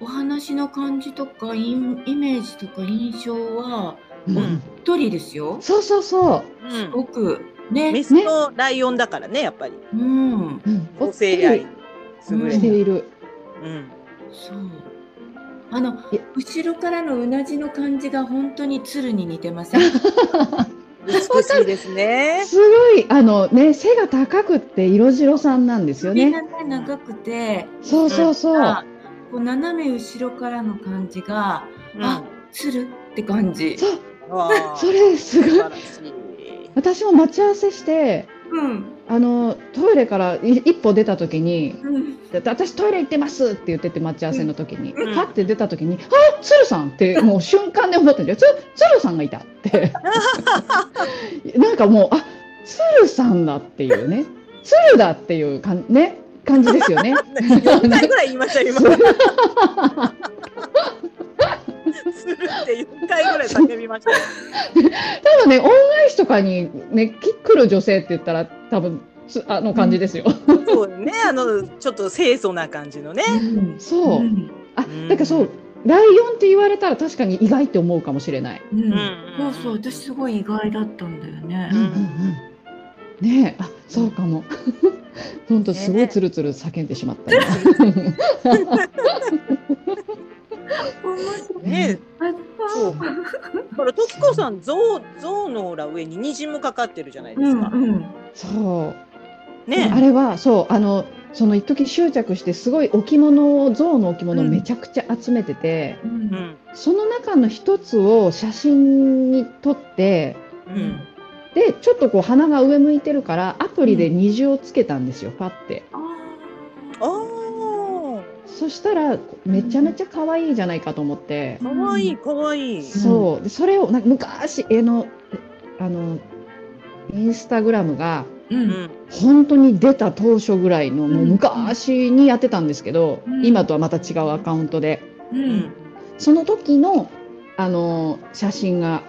Speaker 3: お話の感じとかインイメージとか印象は
Speaker 2: うん
Speaker 1: うん
Speaker 3: 一人ですよ。
Speaker 2: そうそうそう。
Speaker 1: う
Speaker 3: すご
Speaker 1: ん、
Speaker 3: く
Speaker 1: メ
Speaker 3: ね。
Speaker 1: スのライオンだからね、やっぱり。
Speaker 3: うん。
Speaker 2: うん、
Speaker 1: 母性愛。優
Speaker 2: して
Speaker 1: れ
Speaker 2: いる。
Speaker 1: た。うん。
Speaker 3: そう。あの
Speaker 2: いや
Speaker 3: 後ろからのうなじの感じが本当に鶴に似てま
Speaker 2: <laughs>
Speaker 3: せん。
Speaker 1: 美しいですね。
Speaker 2: すごいあのね背が高くって色白さんなんですよ
Speaker 3: 首が
Speaker 2: ね。
Speaker 3: ね長くて、
Speaker 2: そうそうそう
Speaker 3: あ。こう斜め後ろからの感じが
Speaker 1: うん、
Speaker 3: あ鶴って感じ。
Speaker 2: そう
Speaker 1: わあ
Speaker 2: それす
Speaker 1: 素
Speaker 2: ごい
Speaker 1: 晴。らしい。
Speaker 2: 私も待ち合わせして。
Speaker 3: うん。
Speaker 2: あのトイレからい一歩出た時に
Speaker 3: うん。
Speaker 2: 「だ私トイレ行ってます」って言ってて待ち合わせの時に、
Speaker 1: うん
Speaker 2: パッて出た時に「あ鶴さん!」ってもう瞬間で思ったんですよ「つ鶴さんがいた」ってなんかもう「あ鶴さんだ」っていうね「鶴だ」っていうかん、ね、感じですよね。
Speaker 1: 四回ぐらい言いましたよ、今。するって4回ぐらい叫びましたよ。
Speaker 2: 多分ね恩返しとかに、ね、き来る女性って言ったら多分つあの感じですよ。
Speaker 1: そうね、あの、ちょっと清楚な感じのね。
Speaker 3: うん
Speaker 2: そう、
Speaker 3: うん
Speaker 2: あ
Speaker 1: うん
Speaker 2: だからそうライオンって言われたら確かに意外って思うかもしれない。
Speaker 3: うん
Speaker 1: ん
Speaker 3: そうそう、私すごい意外だったんだよね
Speaker 2: う。んうんうんねえ、あ、そうか <laughs> も。本当すご
Speaker 1: ねえ
Speaker 2: いつるつる叫んでしまったね。
Speaker 1: ね、
Speaker 3: あ
Speaker 1: そう。だから、時子さん、象、象のほら、上に虹もかかってるじゃないで
Speaker 3: う
Speaker 1: す
Speaker 3: ん
Speaker 1: か。
Speaker 3: うん。
Speaker 2: そう、
Speaker 1: ね
Speaker 2: あ。れは、そう、あの、その一時執着して、すごい置物を、象の置物をめちゃくちゃ集めてて。
Speaker 3: う
Speaker 1: うんん。
Speaker 2: その中の一つを写真に撮って、
Speaker 1: うん。
Speaker 2: で、ちょっとこう鼻が上向いてるから、アプリで虹をつけたんですよ、パって。
Speaker 3: あ
Speaker 1: ああ。
Speaker 2: そしたら、めちゃめちゃ可愛いじゃないかと思って。
Speaker 1: かわいい、かわいい。
Speaker 2: そうでそれをなんか昔絵のあのインスタグラムが
Speaker 3: ーう。
Speaker 1: うんん。
Speaker 2: 本当に出た当初ぐらいのもううん昔にやってたんですけど、
Speaker 3: うん
Speaker 2: 今とはまた違うアカウントで
Speaker 3: うん。
Speaker 2: その時のあの写真が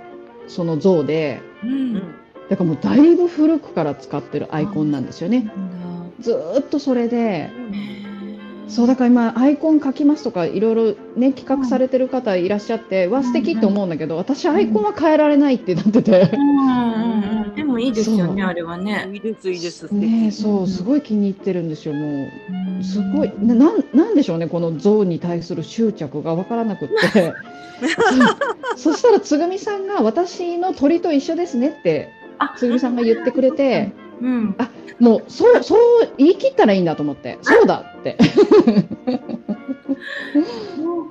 Speaker 2: その像で
Speaker 3: うん。
Speaker 1: うん。
Speaker 2: だからもうだいぶ古くから使ってるアイコンなんですよね。
Speaker 3: なんだ
Speaker 2: ずーっとそれで
Speaker 3: へー
Speaker 2: そうだから今アイコン描きますとかいろいろね企画されてる方いらっしゃって、わ素敵って思うんだけど私アイコンは変えられないってなってて。
Speaker 3: うんうんうんでもいいですよね、
Speaker 2: そう
Speaker 3: あれはね。
Speaker 1: いいです、いいです。素
Speaker 2: ねえ
Speaker 1: 敵。
Speaker 2: そうう、
Speaker 3: ん
Speaker 2: すごい気に入ってるんですよ、も
Speaker 3: う
Speaker 2: う。
Speaker 3: ん
Speaker 2: すごい、な、なん、なんでしょうね、この象に対する執着がわからなくって。そそしたら、つぐみさんが、私の鳥と一緒ですねって
Speaker 3: あ、
Speaker 2: つぐみさんが言ってくれて。
Speaker 3: うん。
Speaker 2: もう、そう、そう、言い切ったらいいんだと思って、そうだって、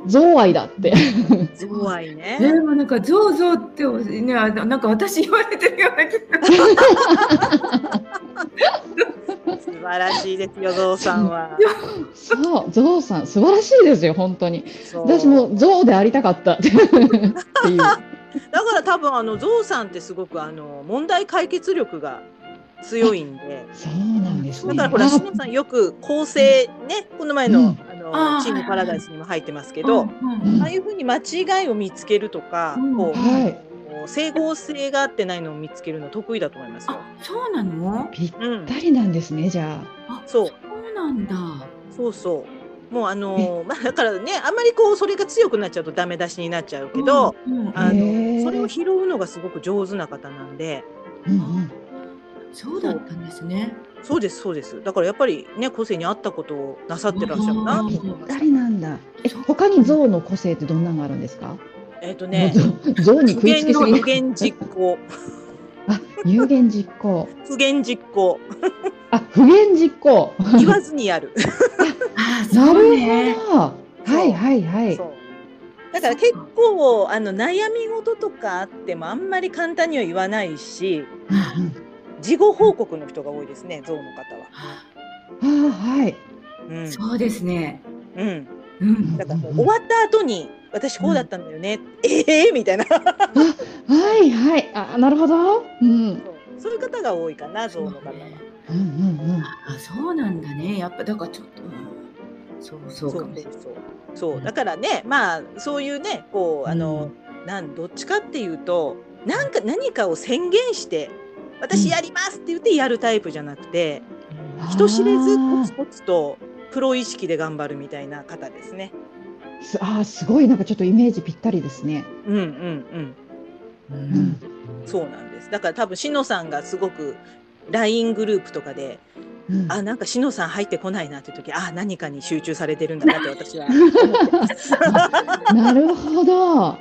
Speaker 2: 象愛だって。
Speaker 1: 象愛ね。
Speaker 3: でもなんかゾウゾウってねあのなんか私言われてるような気が
Speaker 1: 素晴らしいですよ、ゾウさんは。
Speaker 2: そう、象さん、素晴らしいですよ、本当に。
Speaker 1: そう
Speaker 2: 私も象でありたかったってっていう。
Speaker 1: だから多分あのゾウさんってすごくあの問題解決力が強いんで。
Speaker 2: そうなんです
Speaker 1: だ
Speaker 2: ね。
Speaker 1: からほら、
Speaker 2: あ
Speaker 1: しのさんよく構成ね、この前の,、
Speaker 2: うん
Speaker 1: あ
Speaker 3: あ
Speaker 1: の
Speaker 3: ー
Speaker 1: チームパラダイスにも入ってますけど、
Speaker 3: うん
Speaker 1: ああいうふうに間違いを見つけるとか、
Speaker 3: うん
Speaker 1: こう
Speaker 2: はい、
Speaker 1: こう整合性が合ってないのを見つけるの得意だと思いますよ。
Speaker 3: あ、そうなの？
Speaker 2: ぴっ
Speaker 1: うん、
Speaker 2: たりなんですね、じゃあ。
Speaker 3: あ、
Speaker 1: そう
Speaker 3: そうなんだ。
Speaker 1: そうそう。もうあのーまあだからね、あまりこうそれが強くなっちゃうとダメ出しになっちゃうけど、
Speaker 3: うん、うん
Speaker 1: あ
Speaker 2: へー
Speaker 1: のそれを拾うのがすごく上手な方なんで、
Speaker 2: うんうん、
Speaker 3: そうだったんですね。
Speaker 1: そうですそうです。だからやっぱりね個性に合ったことをなさってらっしゃるなと
Speaker 2: ぴっ
Speaker 1: 思いま
Speaker 2: た
Speaker 1: す。
Speaker 2: りなんだ。え、他に象の個性ってどんなのがあるんですか。
Speaker 1: えっ、とね、
Speaker 2: もう象象に
Speaker 1: 無
Speaker 2: 食いつ
Speaker 1: 限
Speaker 2: きす
Speaker 1: の
Speaker 2: ぎ
Speaker 1: 無。限実行、
Speaker 2: あ、有言実行。
Speaker 1: 無限実行。
Speaker 2: あ、不言実行。
Speaker 1: 言わずにやる。
Speaker 3: ああ、そ
Speaker 2: なる
Speaker 3: うね。
Speaker 2: ほど。はいはいはい
Speaker 1: そ。うだから結構あの悩み事とかあってもあんまり簡単には言わないし
Speaker 2: うんうん
Speaker 1: 事後報告の人が多いですね象の方は。
Speaker 3: あ
Speaker 2: ああはい。
Speaker 1: うん
Speaker 3: そうですね。
Speaker 1: うん、
Speaker 3: うん。
Speaker 1: だからもう終わった後に「私こうだったんだよね」ええー、みたいな
Speaker 2: はいはい。あなるほど。うん。
Speaker 1: そういう方が多いかな象の方は。
Speaker 2: うんうんうん。
Speaker 3: あ、そうなんだね。やっぱだからちょっと、うんそうそう
Speaker 1: そ
Speaker 3: か
Speaker 1: う
Speaker 3: もし
Speaker 1: そう
Speaker 3: れない。
Speaker 1: そうそうだからねまあそういうねこうあの、なんどっちかっていうとなんか何かを宣言して「私やります!」って言ってやるタイプじゃなくて。人知れずコツコツとプロ意識で頑張るみたいな方ですね。
Speaker 2: すあーすごいなんかちょっとイメージぴったりですね。
Speaker 1: うんうん
Speaker 3: う
Speaker 2: うんん
Speaker 1: うん。そうなんです。だから多分しのさんがすごく LINE グループとかで、
Speaker 2: うん
Speaker 1: あ、なんかしのさん入ってこないなっていう時、あ、何かに集中されてるんだなって私
Speaker 3: <laughs>
Speaker 1: は思ってます。
Speaker 2: なるほ
Speaker 1: <laughs>
Speaker 2: ど。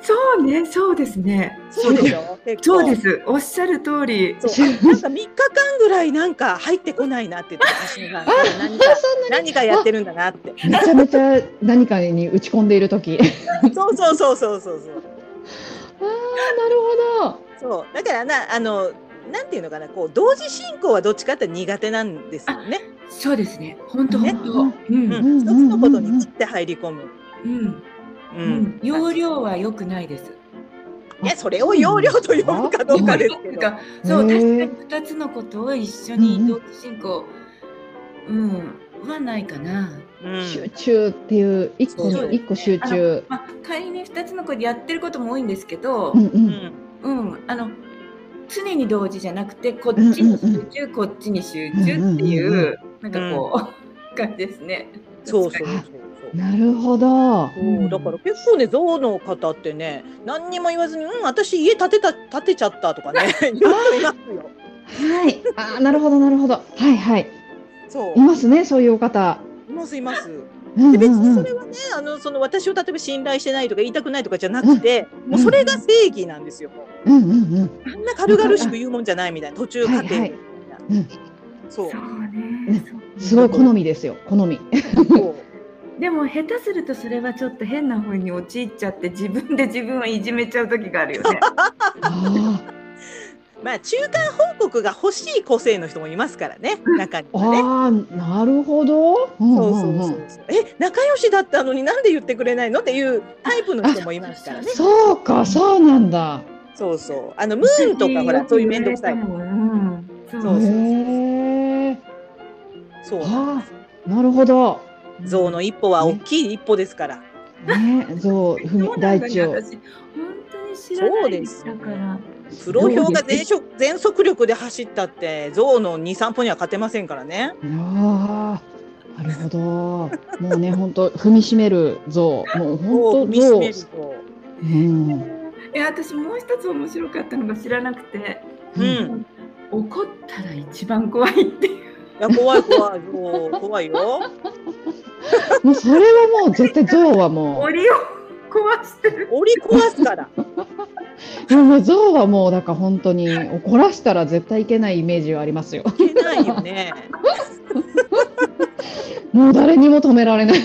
Speaker 3: そうね、そうですね。
Speaker 1: そうでしょ。結構
Speaker 3: そうで。す。おっしゃる通り。 <laughs>
Speaker 1: そうなんか3日間ぐらいなんか入ってこないなって言って私が何か何かやってるんだなって
Speaker 2: めちゃめちゃ何かに打ち込んでいる時。
Speaker 1: そうそうそうそうそうそう
Speaker 2: ああなるほど。
Speaker 1: そうだからなあのなんていうのかなこう同時進行はどっちかって苦手なんですよね。
Speaker 3: そうですね。本当
Speaker 1: ね
Speaker 3: 本当。うん
Speaker 1: う
Speaker 3: うん
Speaker 1: ん、一つのことに
Speaker 2: うんうんうん
Speaker 1: 切って入り込む。
Speaker 3: うん。
Speaker 1: う
Speaker 3: うん
Speaker 1: ん、
Speaker 3: 容量は良くないです。
Speaker 1: ねそれを容量と呼ぶかどうかですけど。
Speaker 3: かそう
Speaker 2: へ
Speaker 3: 確かに
Speaker 2: ー
Speaker 3: 2つのことを一緒に同時進行、うんはないかな。
Speaker 1: うん
Speaker 2: 集中っていう一個
Speaker 1: そう
Speaker 2: に一個集中。
Speaker 3: まあ、仮に2つのことやってることも多いんですけど、
Speaker 2: うんう。
Speaker 1: うんん
Speaker 3: うんあの常に同時じゃなくてこっちに集中、こっちに集中っていう、
Speaker 2: うんうん
Speaker 3: なんかこう、 <laughs> 感じですね。
Speaker 1: そうそうそうそう。
Speaker 2: なるほど。
Speaker 1: そうだから結構ね象の方ってね何にも言わずに「うん私家建てた建てちゃった」とかね
Speaker 2: <laughs>
Speaker 1: 言う人いますよ。
Speaker 2: はい。あーなるほどなるほど。はいはい。
Speaker 1: そう
Speaker 2: いますねそういうお方。
Speaker 1: いますいます。
Speaker 2: うんう
Speaker 1: で別に
Speaker 2: んう
Speaker 1: そ
Speaker 2: ん
Speaker 1: れ。はねあのその私を例えば信頼してないとか言いたくないとかじゃなくてもうそれが正義なんですよ。
Speaker 2: うんうんうん。
Speaker 1: あんな軽々しく言うもんじゃないみたいな途中過程みたいな、
Speaker 2: いはいうん
Speaker 1: そう
Speaker 3: ね
Speaker 2: すごい好みですよ好み。
Speaker 1: そう
Speaker 3: でも下手するとそれはちょっと変な風に陥っちゃって自分で自分はいじめちゃう時があるよね。
Speaker 2: あ
Speaker 1: <laughs> まあ中間報告が欲しい個性の人もいますからね中に
Speaker 2: ー
Speaker 1: はね。
Speaker 2: あーなるほど。うん
Speaker 1: そう
Speaker 2: う
Speaker 1: そ
Speaker 2: ん
Speaker 1: う
Speaker 2: う
Speaker 1: そ
Speaker 2: ん
Speaker 1: うそうえ仲良しだったのになんで言ってくれないのっていうタイプの人もいますからね
Speaker 2: そうかそうなんだ。
Speaker 1: そうそうあのムーンとかほらそういう面倒くさい
Speaker 3: うん、そう
Speaker 1: そうそう
Speaker 2: へえ。
Speaker 1: そう
Speaker 2: ああなるほど。
Speaker 1: 象の一歩は大きい一歩ですから
Speaker 2: ね象踏
Speaker 3: そ
Speaker 2: み
Speaker 3: うなん
Speaker 2: 大
Speaker 3: だね
Speaker 2: 地を。
Speaker 3: 私本当に知らないだから。
Speaker 1: プロ
Speaker 2: 評
Speaker 1: 表が全速全速力で走ったって象の23歩には勝てませんからね
Speaker 2: ああなるほど。もうね本当踏みしめる象もう
Speaker 1: そう
Speaker 2: 本
Speaker 1: 見し
Speaker 2: 当
Speaker 1: める
Speaker 2: 象。
Speaker 1: と
Speaker 2: うん。
Speaker 3: え私もう一つ面白かったのが知らなくて
Speaker 1: うん
Speaker 3: 怒ったら一番怖いっていう。
Speaker 1: いや怖い怖いもう怖いよ。
Speaker 2: もうそれはもう絶対象はもう。
Speaker 3: 檻を壊してる。
Speaker 1: 折り壊すから。
Speaker 2: でももう象はもうだから本当に怒らしたら絶対いけないイメージはありますよ。
Speaker 1: いけないよね。
Speaker 2: もう誰にも止められない。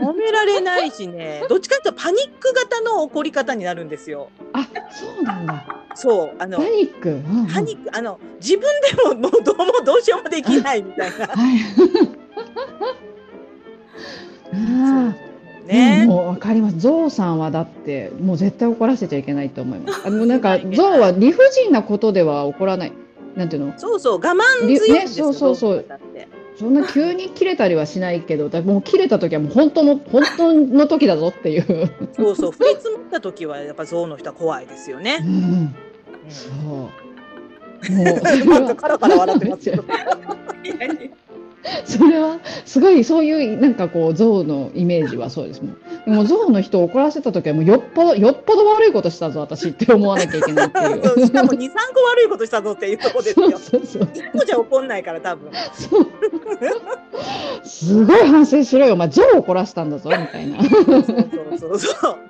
Speaker 1: 褒められないしね。どっちかというとパニック型の怒り方になるんですよ。
Speaker 2: あそうなんだ。
Speaker 1: そうあ
Speaker 2: パ
Speaker 1: の
Speaker 2: ニック。うんうん
Speaker 1: パニックあの自分でももうどうもどうしようもできないみたいな。 <laughs>
Speaker 2: はい。 <laughs> ああ。
Speaker 1: ね。
Speaker 2: もうわかります。ゾウさんはだってもう絶対怒らせちゃいけないと思います。あのな
Speaker 1: <laughs>
Speaker 2: んかゾウは理不尽なことでは怒らない。なんていうの？
Speaker 1: そうそう我慢強いんですよ。
Speaker 2: ねそうそうそう
Speaker 1: 動物だって
Speaker 2: そんな急に切れたりはしないけど、だもう切れた時はもう本当の本当の時だぞっ
Speaker 1: <laughs>
Speaker 2: ていう。
Speaker 1: そうそう降り積もった時はやっぱ象の人は怖いですよ
Speaker 2: う
Speaker 1: ね。
Speaker 2: ん、
Speaker 1: うん
Speaker 2: そう。もうそれ
Speaker 1: なんかカラカラ笑ってますけ
Speaker 2: は
Speaker 1: ど。
Speaker 2: <laughs> それはすごいそういうなんかこう象のイメージはそうですもん。もう象の人を怒らせた時はもうよっぽどよっぽど悪いことしたぞ私って思わなきゃいけないってい
Speaker 1: <laughs>
Speaker 2: う。
Speaker 1: そうしかも二三個悪いことしたぞっていうとこですよ。
Speaker 2: <laughs> そうそう
Speaker 1: 一個じゃ怒んないから多分。
Speaker 2: そうそう。すごい反省しろよ、まあ、象を怒らせたんだぞみたいな。
Speaker 1: そうそうそうそう。ね。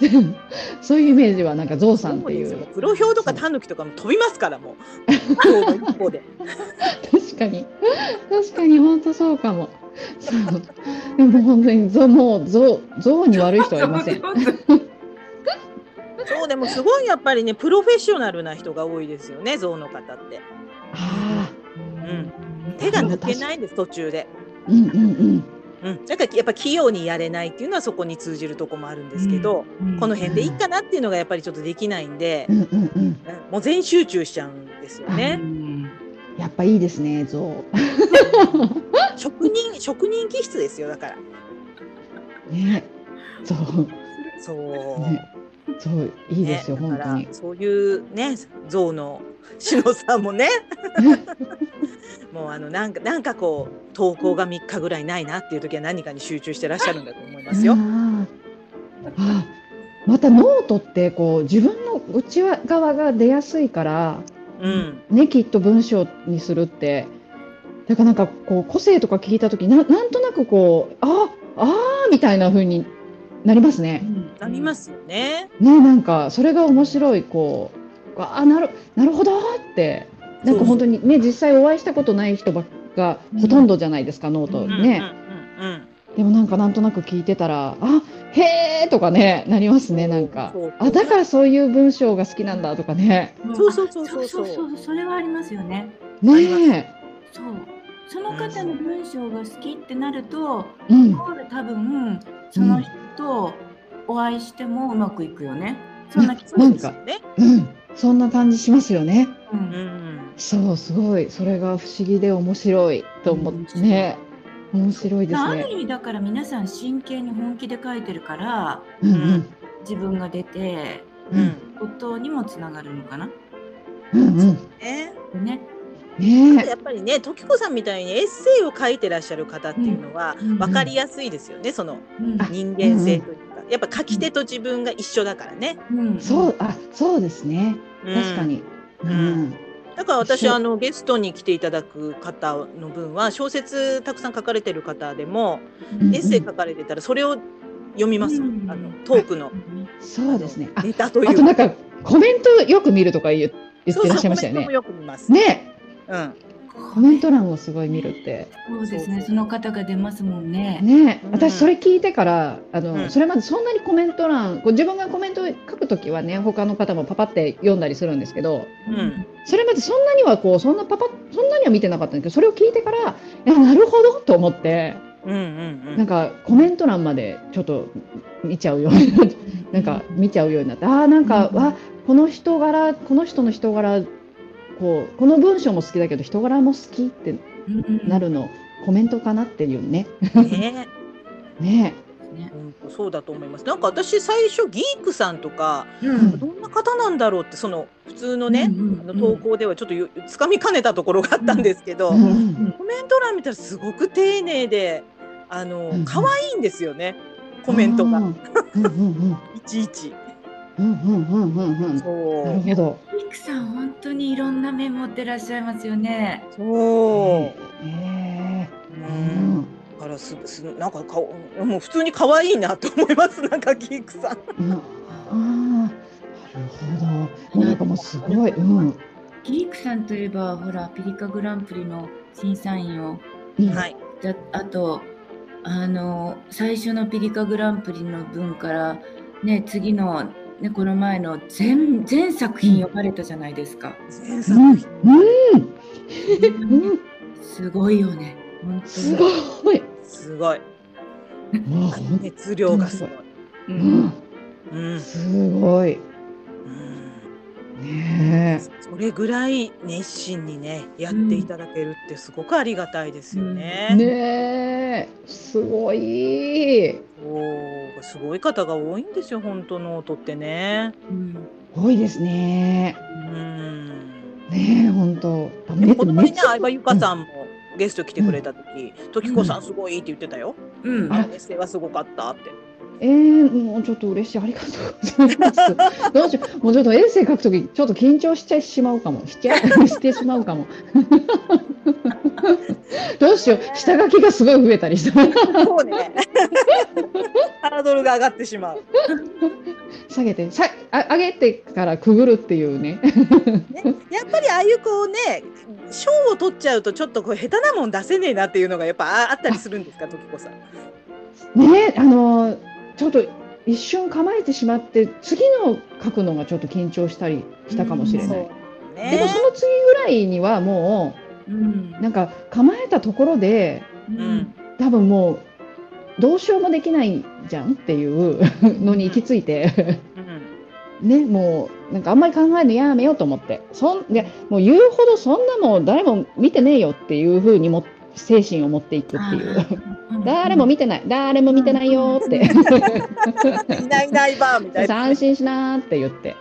Speaker 2: <laughs> そういうイメージはなんかゾウさんってい
Speaker 1: そう
Speaker 2: う
Speaker 1: ですよ黒ひょうとかタヌキとかも飛びますからもう。そうだ一方で。
Speaker 2: 確かに確かに本当そうかもそうでも本当にゾウもうゾウゾウに悪い人はいま
Speaker 1: <laughs>
Speaker 2: せん
Speaker 3: そうそう
Speaker 1: そうでもすごいやっぱりねプロフェッショナルな人が多いですよね象の方って。
Speaker 2: あ
Speaker 1: うん。手が抜けないんです途中で。
Speaker 2: ーうんうんうん
Speaker 1: うん。だからやっぱ器用にやれないっていうのはそこに通じるとこもあるんですけど、
Speaker 3: うん
Speaker 1: この辺でいいかなっていうのがやっぱりちょっとできないんで
Speaker 2: う、んうんうん
Speaker 1: うんもう全集中しちゃうんですよね
Speaker 3: う。ん
Speaker 2: やっぱいいですねゾ
Speaker 1: 職人職人気質ですよだから。
Speaker 2: ウねゾウ
Speaker 1: そう。
Speaker 2: ねゾウいいですよ、
Speaker 1: ね
Speaker 2: 本
Speaker 1: だ
Speaker 2: 当に
Speaker 1: からそういうね象の志乃さんもねもうあのなんかなんかこう投稿が3日ぐらいないなっていう時は何かに集中してらっしゃるんだと思いますよ
Speaker 2: あ。ーあまたノートってこう自分の内側が出やすいから
Speaker 1: うん、
Speaker 2: ねきっと文章にするってだからなんかこう個性とか聞いた時ななんとなくこうああーみたいな風になりますね。
Speaker 1: なりま。すよね。
Speaker 2: ねなんかそれが面白いこうあーなるなるほどってなんか本当にね実際お会いしたことない人ばっかほとんどじゃないですか、ノート
Speaker 1: うん
Speaker 2: ね。
Speaker 1: うんうんうん
Speaker 2: でもなんかなんとなく聞いてたら「あへえ」とかねなりますねなんか
Speaker 1: そうそう
Speaker 2: あだからそういう文章が好きなんだとかね
Speaker 3: うん
Speaker 1: そうそうそうそう
Speaker 3: そうそうそれはありますよね。
Speaker 2: ね
Speaker 3: そう。その方の文章が好きってなると、
Speaker 2: え、うん
Speaker 3: イ、コール多分その人とお会いしてもうまくいくよね。そんな気がす
Speaker 1: そ
Speaker 2: な
Speaker 1: うんですよ
Speaker 2: か
Speaker 1: ね。
Speaker 2: うん、そんな感じしますよね
Speaker 3: う
Speaker 1: うんん、
Speaker 2: そうすごいそれが不思議で面白いと思ってね面白いで
Speaker 3: あ
Speaker 2: す
Speaker 3: る
Speaker 2: ね
Speaker 3: 意味だから皆さん真剣に本気で書いてるから
Speaker 2: うんうん
Speaker 3: 自分が出て
Speaker 1: うん、
Speaker 3: 夫にもつながるのかな。
Speaker 2: うんうん
Speaker 1: ね。
Speaker 3: ね。
Speaker 2: ねえ
Speaker 1: やっぱりね、時子さんみたいにエッセイを書いてらっしゃる方っていうのは
Speaker 3: うんうん
Speaker 1: 分かりやすいですよね。その
Speaker 3: うん
Speaker 2: あ
Speaker 1: 人間性というか、やっぱ書き手と自分が一緒だからね。
Speaker 3: うん
Speaker 2: そうあそうですね
Speaker 1: うん
Speaker 2: 確かに、うんん
Speaker 1: だから私
Speaker 2: 一緒
Speaker 1: あのゲストに来ていただく方の分は小説たくさん書かれてる方でも、
Speaker 2: うん
Speaker 1: エッセイ書かれてたらそれを読みます、
Speaker 3: うん
Speaker 1: あのトークの
Speaker 2: そうですね
Speaker 1: あ
Speaker 2: あ
Speaker 1: のネタとい
Speaker 2: あと
Speaker 1: う
Speaker 2: なんかコメントよく見るとか言う言ってらっしゃいましたよ
Speaker 1: そうそうコメント
Speaker 2: ね
Speaker 1: もよく見ます、
Speaker 2: ねえ
Speaker 1: うん、
Speaker 2: コメント欄をすごい見るって。
Speaker 3: そうですね。その方が出ますもんね。
Speaker 2: ねえ
Speaker 1: うん
Speaker 2: 私それ聞いてから、あの、
Speaker 1: うん
Speaker 2: それまでそんなにコメント欄こう自分がコメントを書くときはね他の方もパパって読んだりするんですけど
Speaker 1: うん
Speaker 2: それまでそんなにはこうそんなパパそんなには見てなかったんだけどそれを聞いてからいやなるほどと思って
Speaker 1: うんうんう
Speaker 2: なん
Speaker 1: ん
Speaker 2: かコメント欄までちょっと見ちゃうようになってなんか見ちゃうようになってああなんか、
Speaker 3: うん
Speaker 2: わこの人柄この人の人柄こうこの文章も好きだけど人柄も好きって
Speaker 3: うん
Speaker 2: なるの、コメントかなっていうね。
Speaker 1: ね
Speaker 2: ねえ
Speaker 3: ね。
Speaker 1: 本当そうだと思いますなんか私最初ギークさんとか
Speaker 3: うん
Speaker 1: どんな方なんだろうってその普通のね、
Speaker 3: うんうん
Speaker 1: あの投稿ではちょっとよつかみかねたところがあったんですけど、
Speaker 2: うんうん
Speaker 1: コメント欄見たらすごく丁寧であの
Speaker 2: うん
Speaker 1: 可愛いんですよねコメント
Speaker 2: う
Speaker 1: が
Speaker 2: んうんうん
Speaker 1: いちいち。
Speaker 2: うんうんうんうんうん。
Speaker 1: そう
Speaker 2: なるほど。
Speaker 3: ピクさん本当にいろんな面持ってらっしゃいますよね。
Speaker 1: そう。う
Speaker 2: ええ
Speaker 1: ん。だからすすなんか顔もう普通に可愛いなと思いますなんかギークさん。
Speaker 2: うん。ああ、なるほど。もうなんかもうすごい。うん。うん
Speaker 3: ギークさんといえばほらピリカグランプリの審査員を
Speaker 1: はい。
Speaker 3: だあとあの最初のピリカグランプリの分からね次のねこの前の全全作品読まれたじゃないですか。
Speaker 1: 全
Speaker 2: う
Speaker 1: 作
Speaker 2: ん。
Speaker 1: 品
Speaker 2: うん。うん。
Speaker 3: すごいよね。本当に
Speaker 2: すごい。
Speaker 1: すごい。
Speaker 2: もう本
Speaker 1: 熱量がすごい。
Speaker 3: う
Speaker 2: 当。うんん。
Speaker 1: うん。
Speaker 2: すごい。
Speaker 1: うん
Speaker 2: ね
Speaker 1: それぐらい熱心にねやっていただけるってすごくありがたいですよね。
Speaker 2: え。ねえ。すごい。
Speaker 1: そうすごい方が多いんですよ本当ノートってね。
Speaker 3: うん
Speaker 2: 多いですね。
Speaker 1: うん。
Speaker 2: ねえ、本当。あ
Speaker 1: で
Speaker 2: め
Speaker 1: もこの前ね
Speaker 2: 熱、
Speaker 1: 相葉ゆかさんもゲスト来てくれた時、時子さんすごいって言ってたよ。
Speaker 3: うん
Speaker 1: あのエッセイはすごかったって。
Speaker 2: えー、もうちょっと嬉しい、ありがとうございます。どうしよう、もうちょっとエッセイ書くとき、ちょっと緊張しちゃいしまうかも、し
Speaker 1: <laughs>
Speaker 2: ちゃしてしまうかも。どうしよう、下書きがすごい増えたりした。
Speaker 1: そうね。 <laughs> ハードルが上がってしまう。
Speaker 2: 下げて、さ、あ、上げてからくぐるっていうね。
Speaker 1: ね、やっぱりああいうこうね、賞を取っちゃうと、ちょっとこう下手なもん出せねえなっていうのがやっぱああったりするんですか、時子さん。
Speaker 2: ね、あのー、ちょっと一瞬構えてしまって、次の書くのがちょっと緊張したりしたかもしれない。
Speaker 1: そうね。
Speaker 2: でも、その次ぐらいには、も
Speaker 3: うん
Speaker 2: う、なんか構えたところで、
Speaker 3: うん
Speaker 2: 多分もうどうしようもできないじゃんっていうのに行き着いて
Speaker 1: うん
Speaker 2: ねもうなんかあんまり考えるのやめようと思ってそんでもう言うほどそんなもん誰も見てねえよっていう風にも精神を持っていくっていう。誰も見てない、誰も見てないよーって、
Speaker 1: いないいないばーみたいな。
Speaker 2: 安心しなーって言って、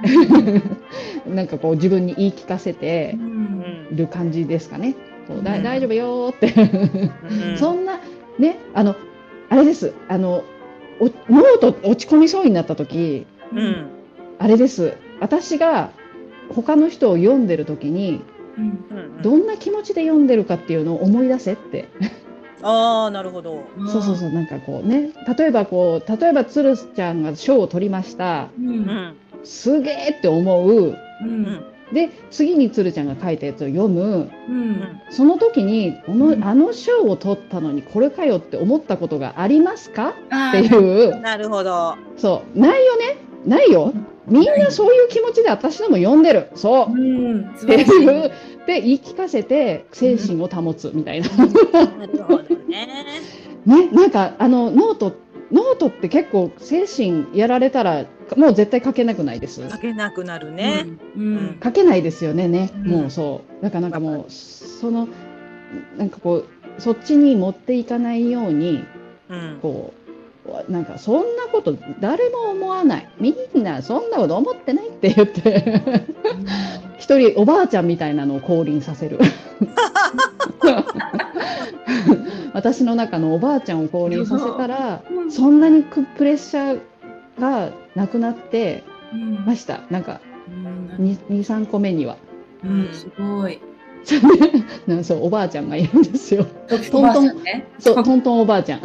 Speaker 2: なんかこう自分に言い聞かせ
Speaker 3: う
Speaker 2: て
Speaker 1: うん
Speaker 2: る感じですかね。そうだ
Speaker 3: うん
Speaker 2: 大丈夫よーって。
Speaker 1: ん
Speaker 2: そんな、ね、あの、あれです、あの、おノート落ち込みそうになった時、
Speaker 1: うんうん
Speaker 2: あれです、私が他の人を読んでる時に、
Speaker 3: うん
Speaker 1: うん
Speaker 2: どんな気持ちで読んでるかっていうのを思い出せって、
Speaker 1: ああなるほど。
Speaker 2: そうそうそう、なんかこうね、例えばこう、例えば鶴ちゃんが賞を取りました、
Speaker 3: うん。う
Speaker 1: うんん
Speaker 2: すげーって思う、
Speaker 3: う
Speaker 1: うんん
Speaker 2: で、次に鶴ちゃんが書いたやつを読む、
Speaker 3: うん
Speaker 2: その時に、この、
Speaker 3: うん
Speaker 2: あの賞を取ったのにこれかよって思ったことがありますか
Speaker 3: あ
Speaker 2: って
Speaker 3: ー
Speaker 2: いう。
Speaker 1: なるほど。
Speaker 2: そう、ないよね、ないよ、みんなそういう気持ちで私のも読んでる、そうう、
Speaker 3: ん素
Speaker 2: って
Speaker 3: 晴らし
Speaker 2: い、
Speaker 3: いう
Speaker 2: で、言い聞かせて、精神を保つみたいな、
Speaker 1: なるほど <laughs> ね。
Speaker 2: ね、なんか、あの、ノート、ノートって結構、精神やられたら、もう絶対書けなくないです。
Speaker 1: 書けなくなるね。
Speaker 3: うん
Speaker 2: 書けないですよね、ね、
Speaker 3: うん
Speaker 2: もうそう、だからなんかもう、その、なんかこう、そっちに持っていかないように、
Speaker 1: うん。
Speaker 2: こうなんかそんなこと誰も思わないみんなそんなこと思ってないって言って一人おばあちゃんみたいなのを降臨させる
Speaker 3: <laughs>
Speaker 2: 私の中のおばあちゃんを降臨させたら
Speaker 3: うん
Speaker 2: そんなにくプレッシャーがなくなって
Speaker 3: うん
Speaker 2: ましたなんか
Speaker 3: うん
Speaker 2: 23個目には <laughs>
Speaker 3: うんすごい。
Speaker 2: なんかそうおばあちゃんがいるんですよ
Speaker 3: おばあ
Speaker 2: トン
Speaker 3: さんね
Speaker 2: そうトントンおばあちゃん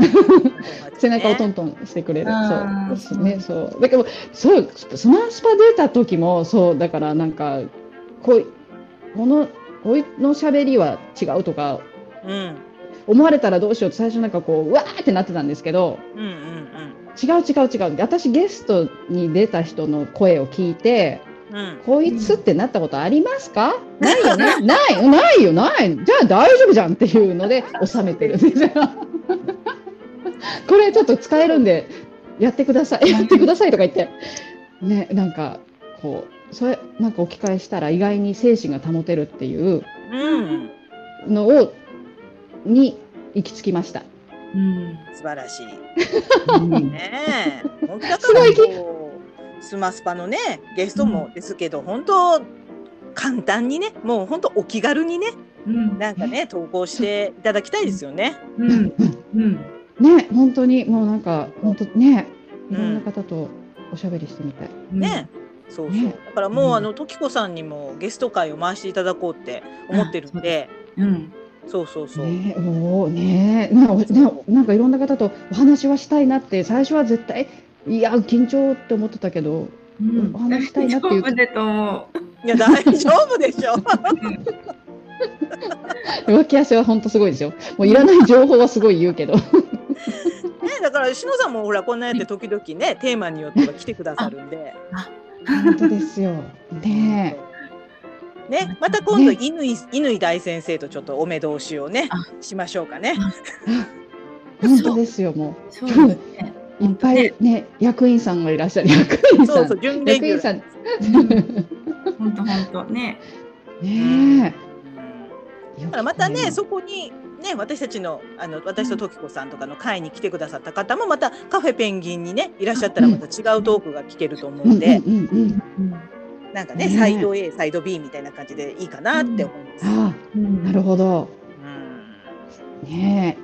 Speaker 2: 背中をト
Speaker 1: ね
Speaker 2: ントンしてくれる。
Speaker 3: あー
Speaker 2: そうね、そう。だけど、そう、スマスパ出た時も、そう、だからなんか、こい、この、こいの喋りは違うとか、
Speaker 1: うん
Speaker 2: 思われたらどうしようって最初なんかこう、うわーってなってたんですけど、
Speaker 1: うんうん
Speaker 2: 違う違う違う。私ゲストに出た人の声を聞いて、
Speaker 1: うんうん。
Speaker 2: こいつってなったことありますか、ないよね。 <laughs> ない、ないよ、ない。じゃあ大丈夫じゃんっていうので収めてるんです。 <laughs> これちょっと使えるんで、やってください、やってくださいとか言って。ね、なんか、こう、それ、なんか置き換えしたら意外に精神が保てるっていう
Speaker 1: うん。
Speaker 2: のを、に行き着きました。
Speaker 3: うん
Speaker 1: 素晴らしい。
Speaker 2: <laughs>
Speaker 3: うん
Speaker 1: ねえ。本当だか
Speaker 2: すごい
Speaker 1: らこうスマスパのねゲストもですけど、本当簡単にねもう本当お気軽にね
Speaker 3: うん
Speaker 1: なんかね投稿していただきたいですよね。
Speaker 3: うんうん
Speaker 2: ね、本当に、もうなんか、本当ね、
Speaker 1: うん
Speaker 2: いろんな方とおしゃべりしてみたい。
Speaker 1: ね。そうそう。
Speaker 2: ね
Speaker 1: だからもう、
Speaker 2: うん
Speaker 1: あの時子さんにもゲスト会を回していただこうって思ってるんで、
Speaker 3: うん
Speaker 1: そうそうそう。
Speaker 2: ね、おおねなおねなんかいろんな方とお話はしたいなって最初は絶対いや緊張って思ってたけど
Speaker 3: うん
Speaker 2: お話したいなっていう
Speaker 3: 大丈夫だと思う。
Speaker 1: いや大丈夫でしょ。
Speaker 2: 脇汗は本当すごいですよもういらない情報はすごい言う
Speaker 1: <laughs>
Speaker 2: けど
Speaker 1: ねだからしのさんもほらこんなやって時々ねテーマによっては来てくださるんで。
Speaker 2: 本当ですよね
Speaker 1: ね、また今度
Speaker 2: ね
Speaker 1: 乾、乾大先生とちょっとお目通しをね
Speaker 3: あ
Speaker 1: しましょうかね。
Speaker 2: 本当ですよも
Speaker 3: そうですね。
Speaker 2: ういっぱいね役員さんがいらっしゃる役員
Speaker 1: そ
Speaker 2: さ
Speaker 1: うそうん準レ
Speaker 2: 役
Speaker 1: ギュ
Speaker 2: 員
Speaker 1: ラー
Speaker 2: さん
Speaker 3: 本当本当ね。
Speaker 2: <laughs>
Speaker 1: だ
Speaker 2: ねえよ
Speaker 1: からまたね
Speaker 2: そ
Speaker 1: そこにね私たちのあの私と時子さんとかの会に来てくださった方もまたカフェペンギンにねいらっしゃったらまた違うトークが聞けると思うんで、
Speaker 2: うんうんうんうん
Speaker 1: なんかね
Speaker 2: ね
Speaker 1: サイド A サイド B みたいな感じでいいかなって思います。
Speaker 2: あ
Speaker 3: うん
Speaker 2: あなるほど
Speaker 1: うん
Speaker 2: ね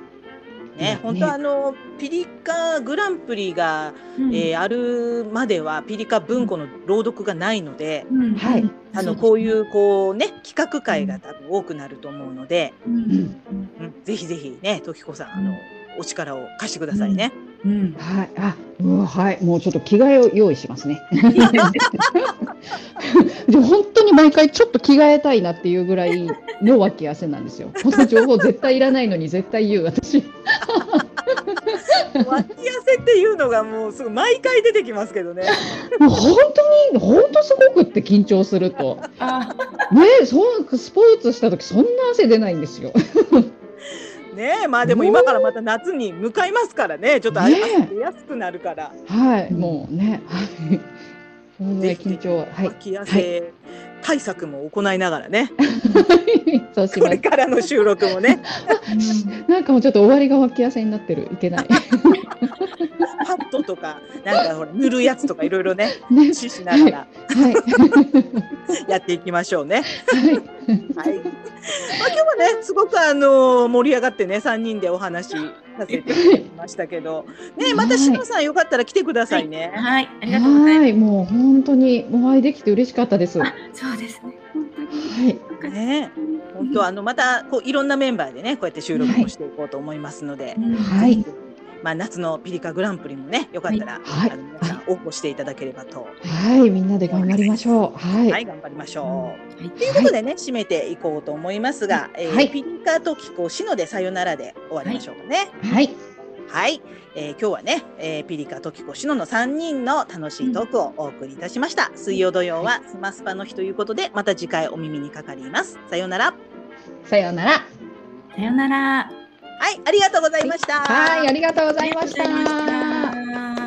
Speaker 2: え
Speaker 1: ね
Speaker 2: ね、
Speaker 1: 本当あのピリカグランプリが、
Speaker 3: うん
Speaker 1: えーあるまではピリカ文庫の朗読がないので、
Speaker 3: うん
Speaker 2: はい
Speaker 1: あ
Speaker 3: そ
Speaker 1: の
Speaker 3: うですね
Speaker 1: こういうこうね企画会が多分多くなると思うので、
Speaker 3: う
Speaker 2: うんん
Speaker 1: うん、ぜひぜひね時子さんあのお力を貸してくださいね。
Speaker 3: うん
Speaker 2: はい、あ、うわはい、もうちょっと着替えを用意しますね。 <laughs> でも本当に毎回ちょっと着替えたいなっていうぐらいの脇汗なんですよ。こ <laughs> の情報絶対いらないのに絶対言う私。
Speaker 1: 脇汗っていうのがもうすごい毎回出てきますけどね。
Speaker 2: もう本当に本当すごくって緊張すると。
Speaker 3: あ
Speaker 2: ね、そうスポーツした時そんな汗出ないんですよ。
Speaker 1: ねえまあでも今からまた夏に向かいますからねちょっとあ
Speaker 2: ねえ
Speaker 1: 汗出やすくなるから、
Speaker 2: はい、もうね、はい、そんな緊張は、はい、
Speaker 1: 脇汗対策も行いながらね、
Speaker 2: <laughs> そうし
Speaker 1: <laughs> こ
Speaker 2: ま
Speaker 1: れ
Speaker 2: す。
Speaker 1: からの収録もね
Speaker 2: なんかもうちょっと終わりが脇汗になってる、いけない。
Speaker 1: パッドとかなんかほら塗るやつとかいろいろね
Speaker 2: ね、
Speaker 1: 駆使しながら
Speaker 2: はい。
Speaker 1: やっていきましょうね。
Speaker 2: はい
Speaker 1: はい。まあ今日はねすごくあの盛り上がってね三人でお話しさせていただきましたけど、ねまたしのさんよかったら来てくださいね。
Speaker 3: はいありがとうございま
Speaker 2: はい、もう本当にお会いできて嬉しかったです。は
Speaker 3: すそうですね本当に
Speaker 2: い、
Speaker 3: よかった
Speaker 1: ね本当あのまたこういろんなメンバーでねこうやって収録もしていこうと思いますので、
Speaker 3: うん
Speaker 2: は
Speaker 1: ぜ
Speaker 2: い
Speaker 1: ひ、まあ夏のピリカグランプリもねよかったら、
Speaker 2: はい
Speaker 1: あの皆さん応募していただければと、は、
Speaker 2: はい、みんなで頑張りましょう。はいい、
Speaker 1: 頑張りましょう。
Speaker 3: はい
Speaker 1: ということでね、締めていこうと思いますが、えー
Speaker 2: はい
Speaker 1: ピリカと気候しのでさよならで終わりましょうかね。
Speaker 2: はい、
Speaker 1: はい、えー今日はね、えーピリカ、トキコ、シノの3人の楽しいトークをお送りいたしました。水曜土曜はスマスパの日ということで、また次回お耳にかかります。さようなら。
Speaker 2: さようなら。
Speaker 3: さよならあ
Speaker 1: はい、ありがとうございました。
Speaker 2: はい、ありがとうございまし
Speaker 3: りがとうござい
Speaker 2: た。
Speaker 3: ました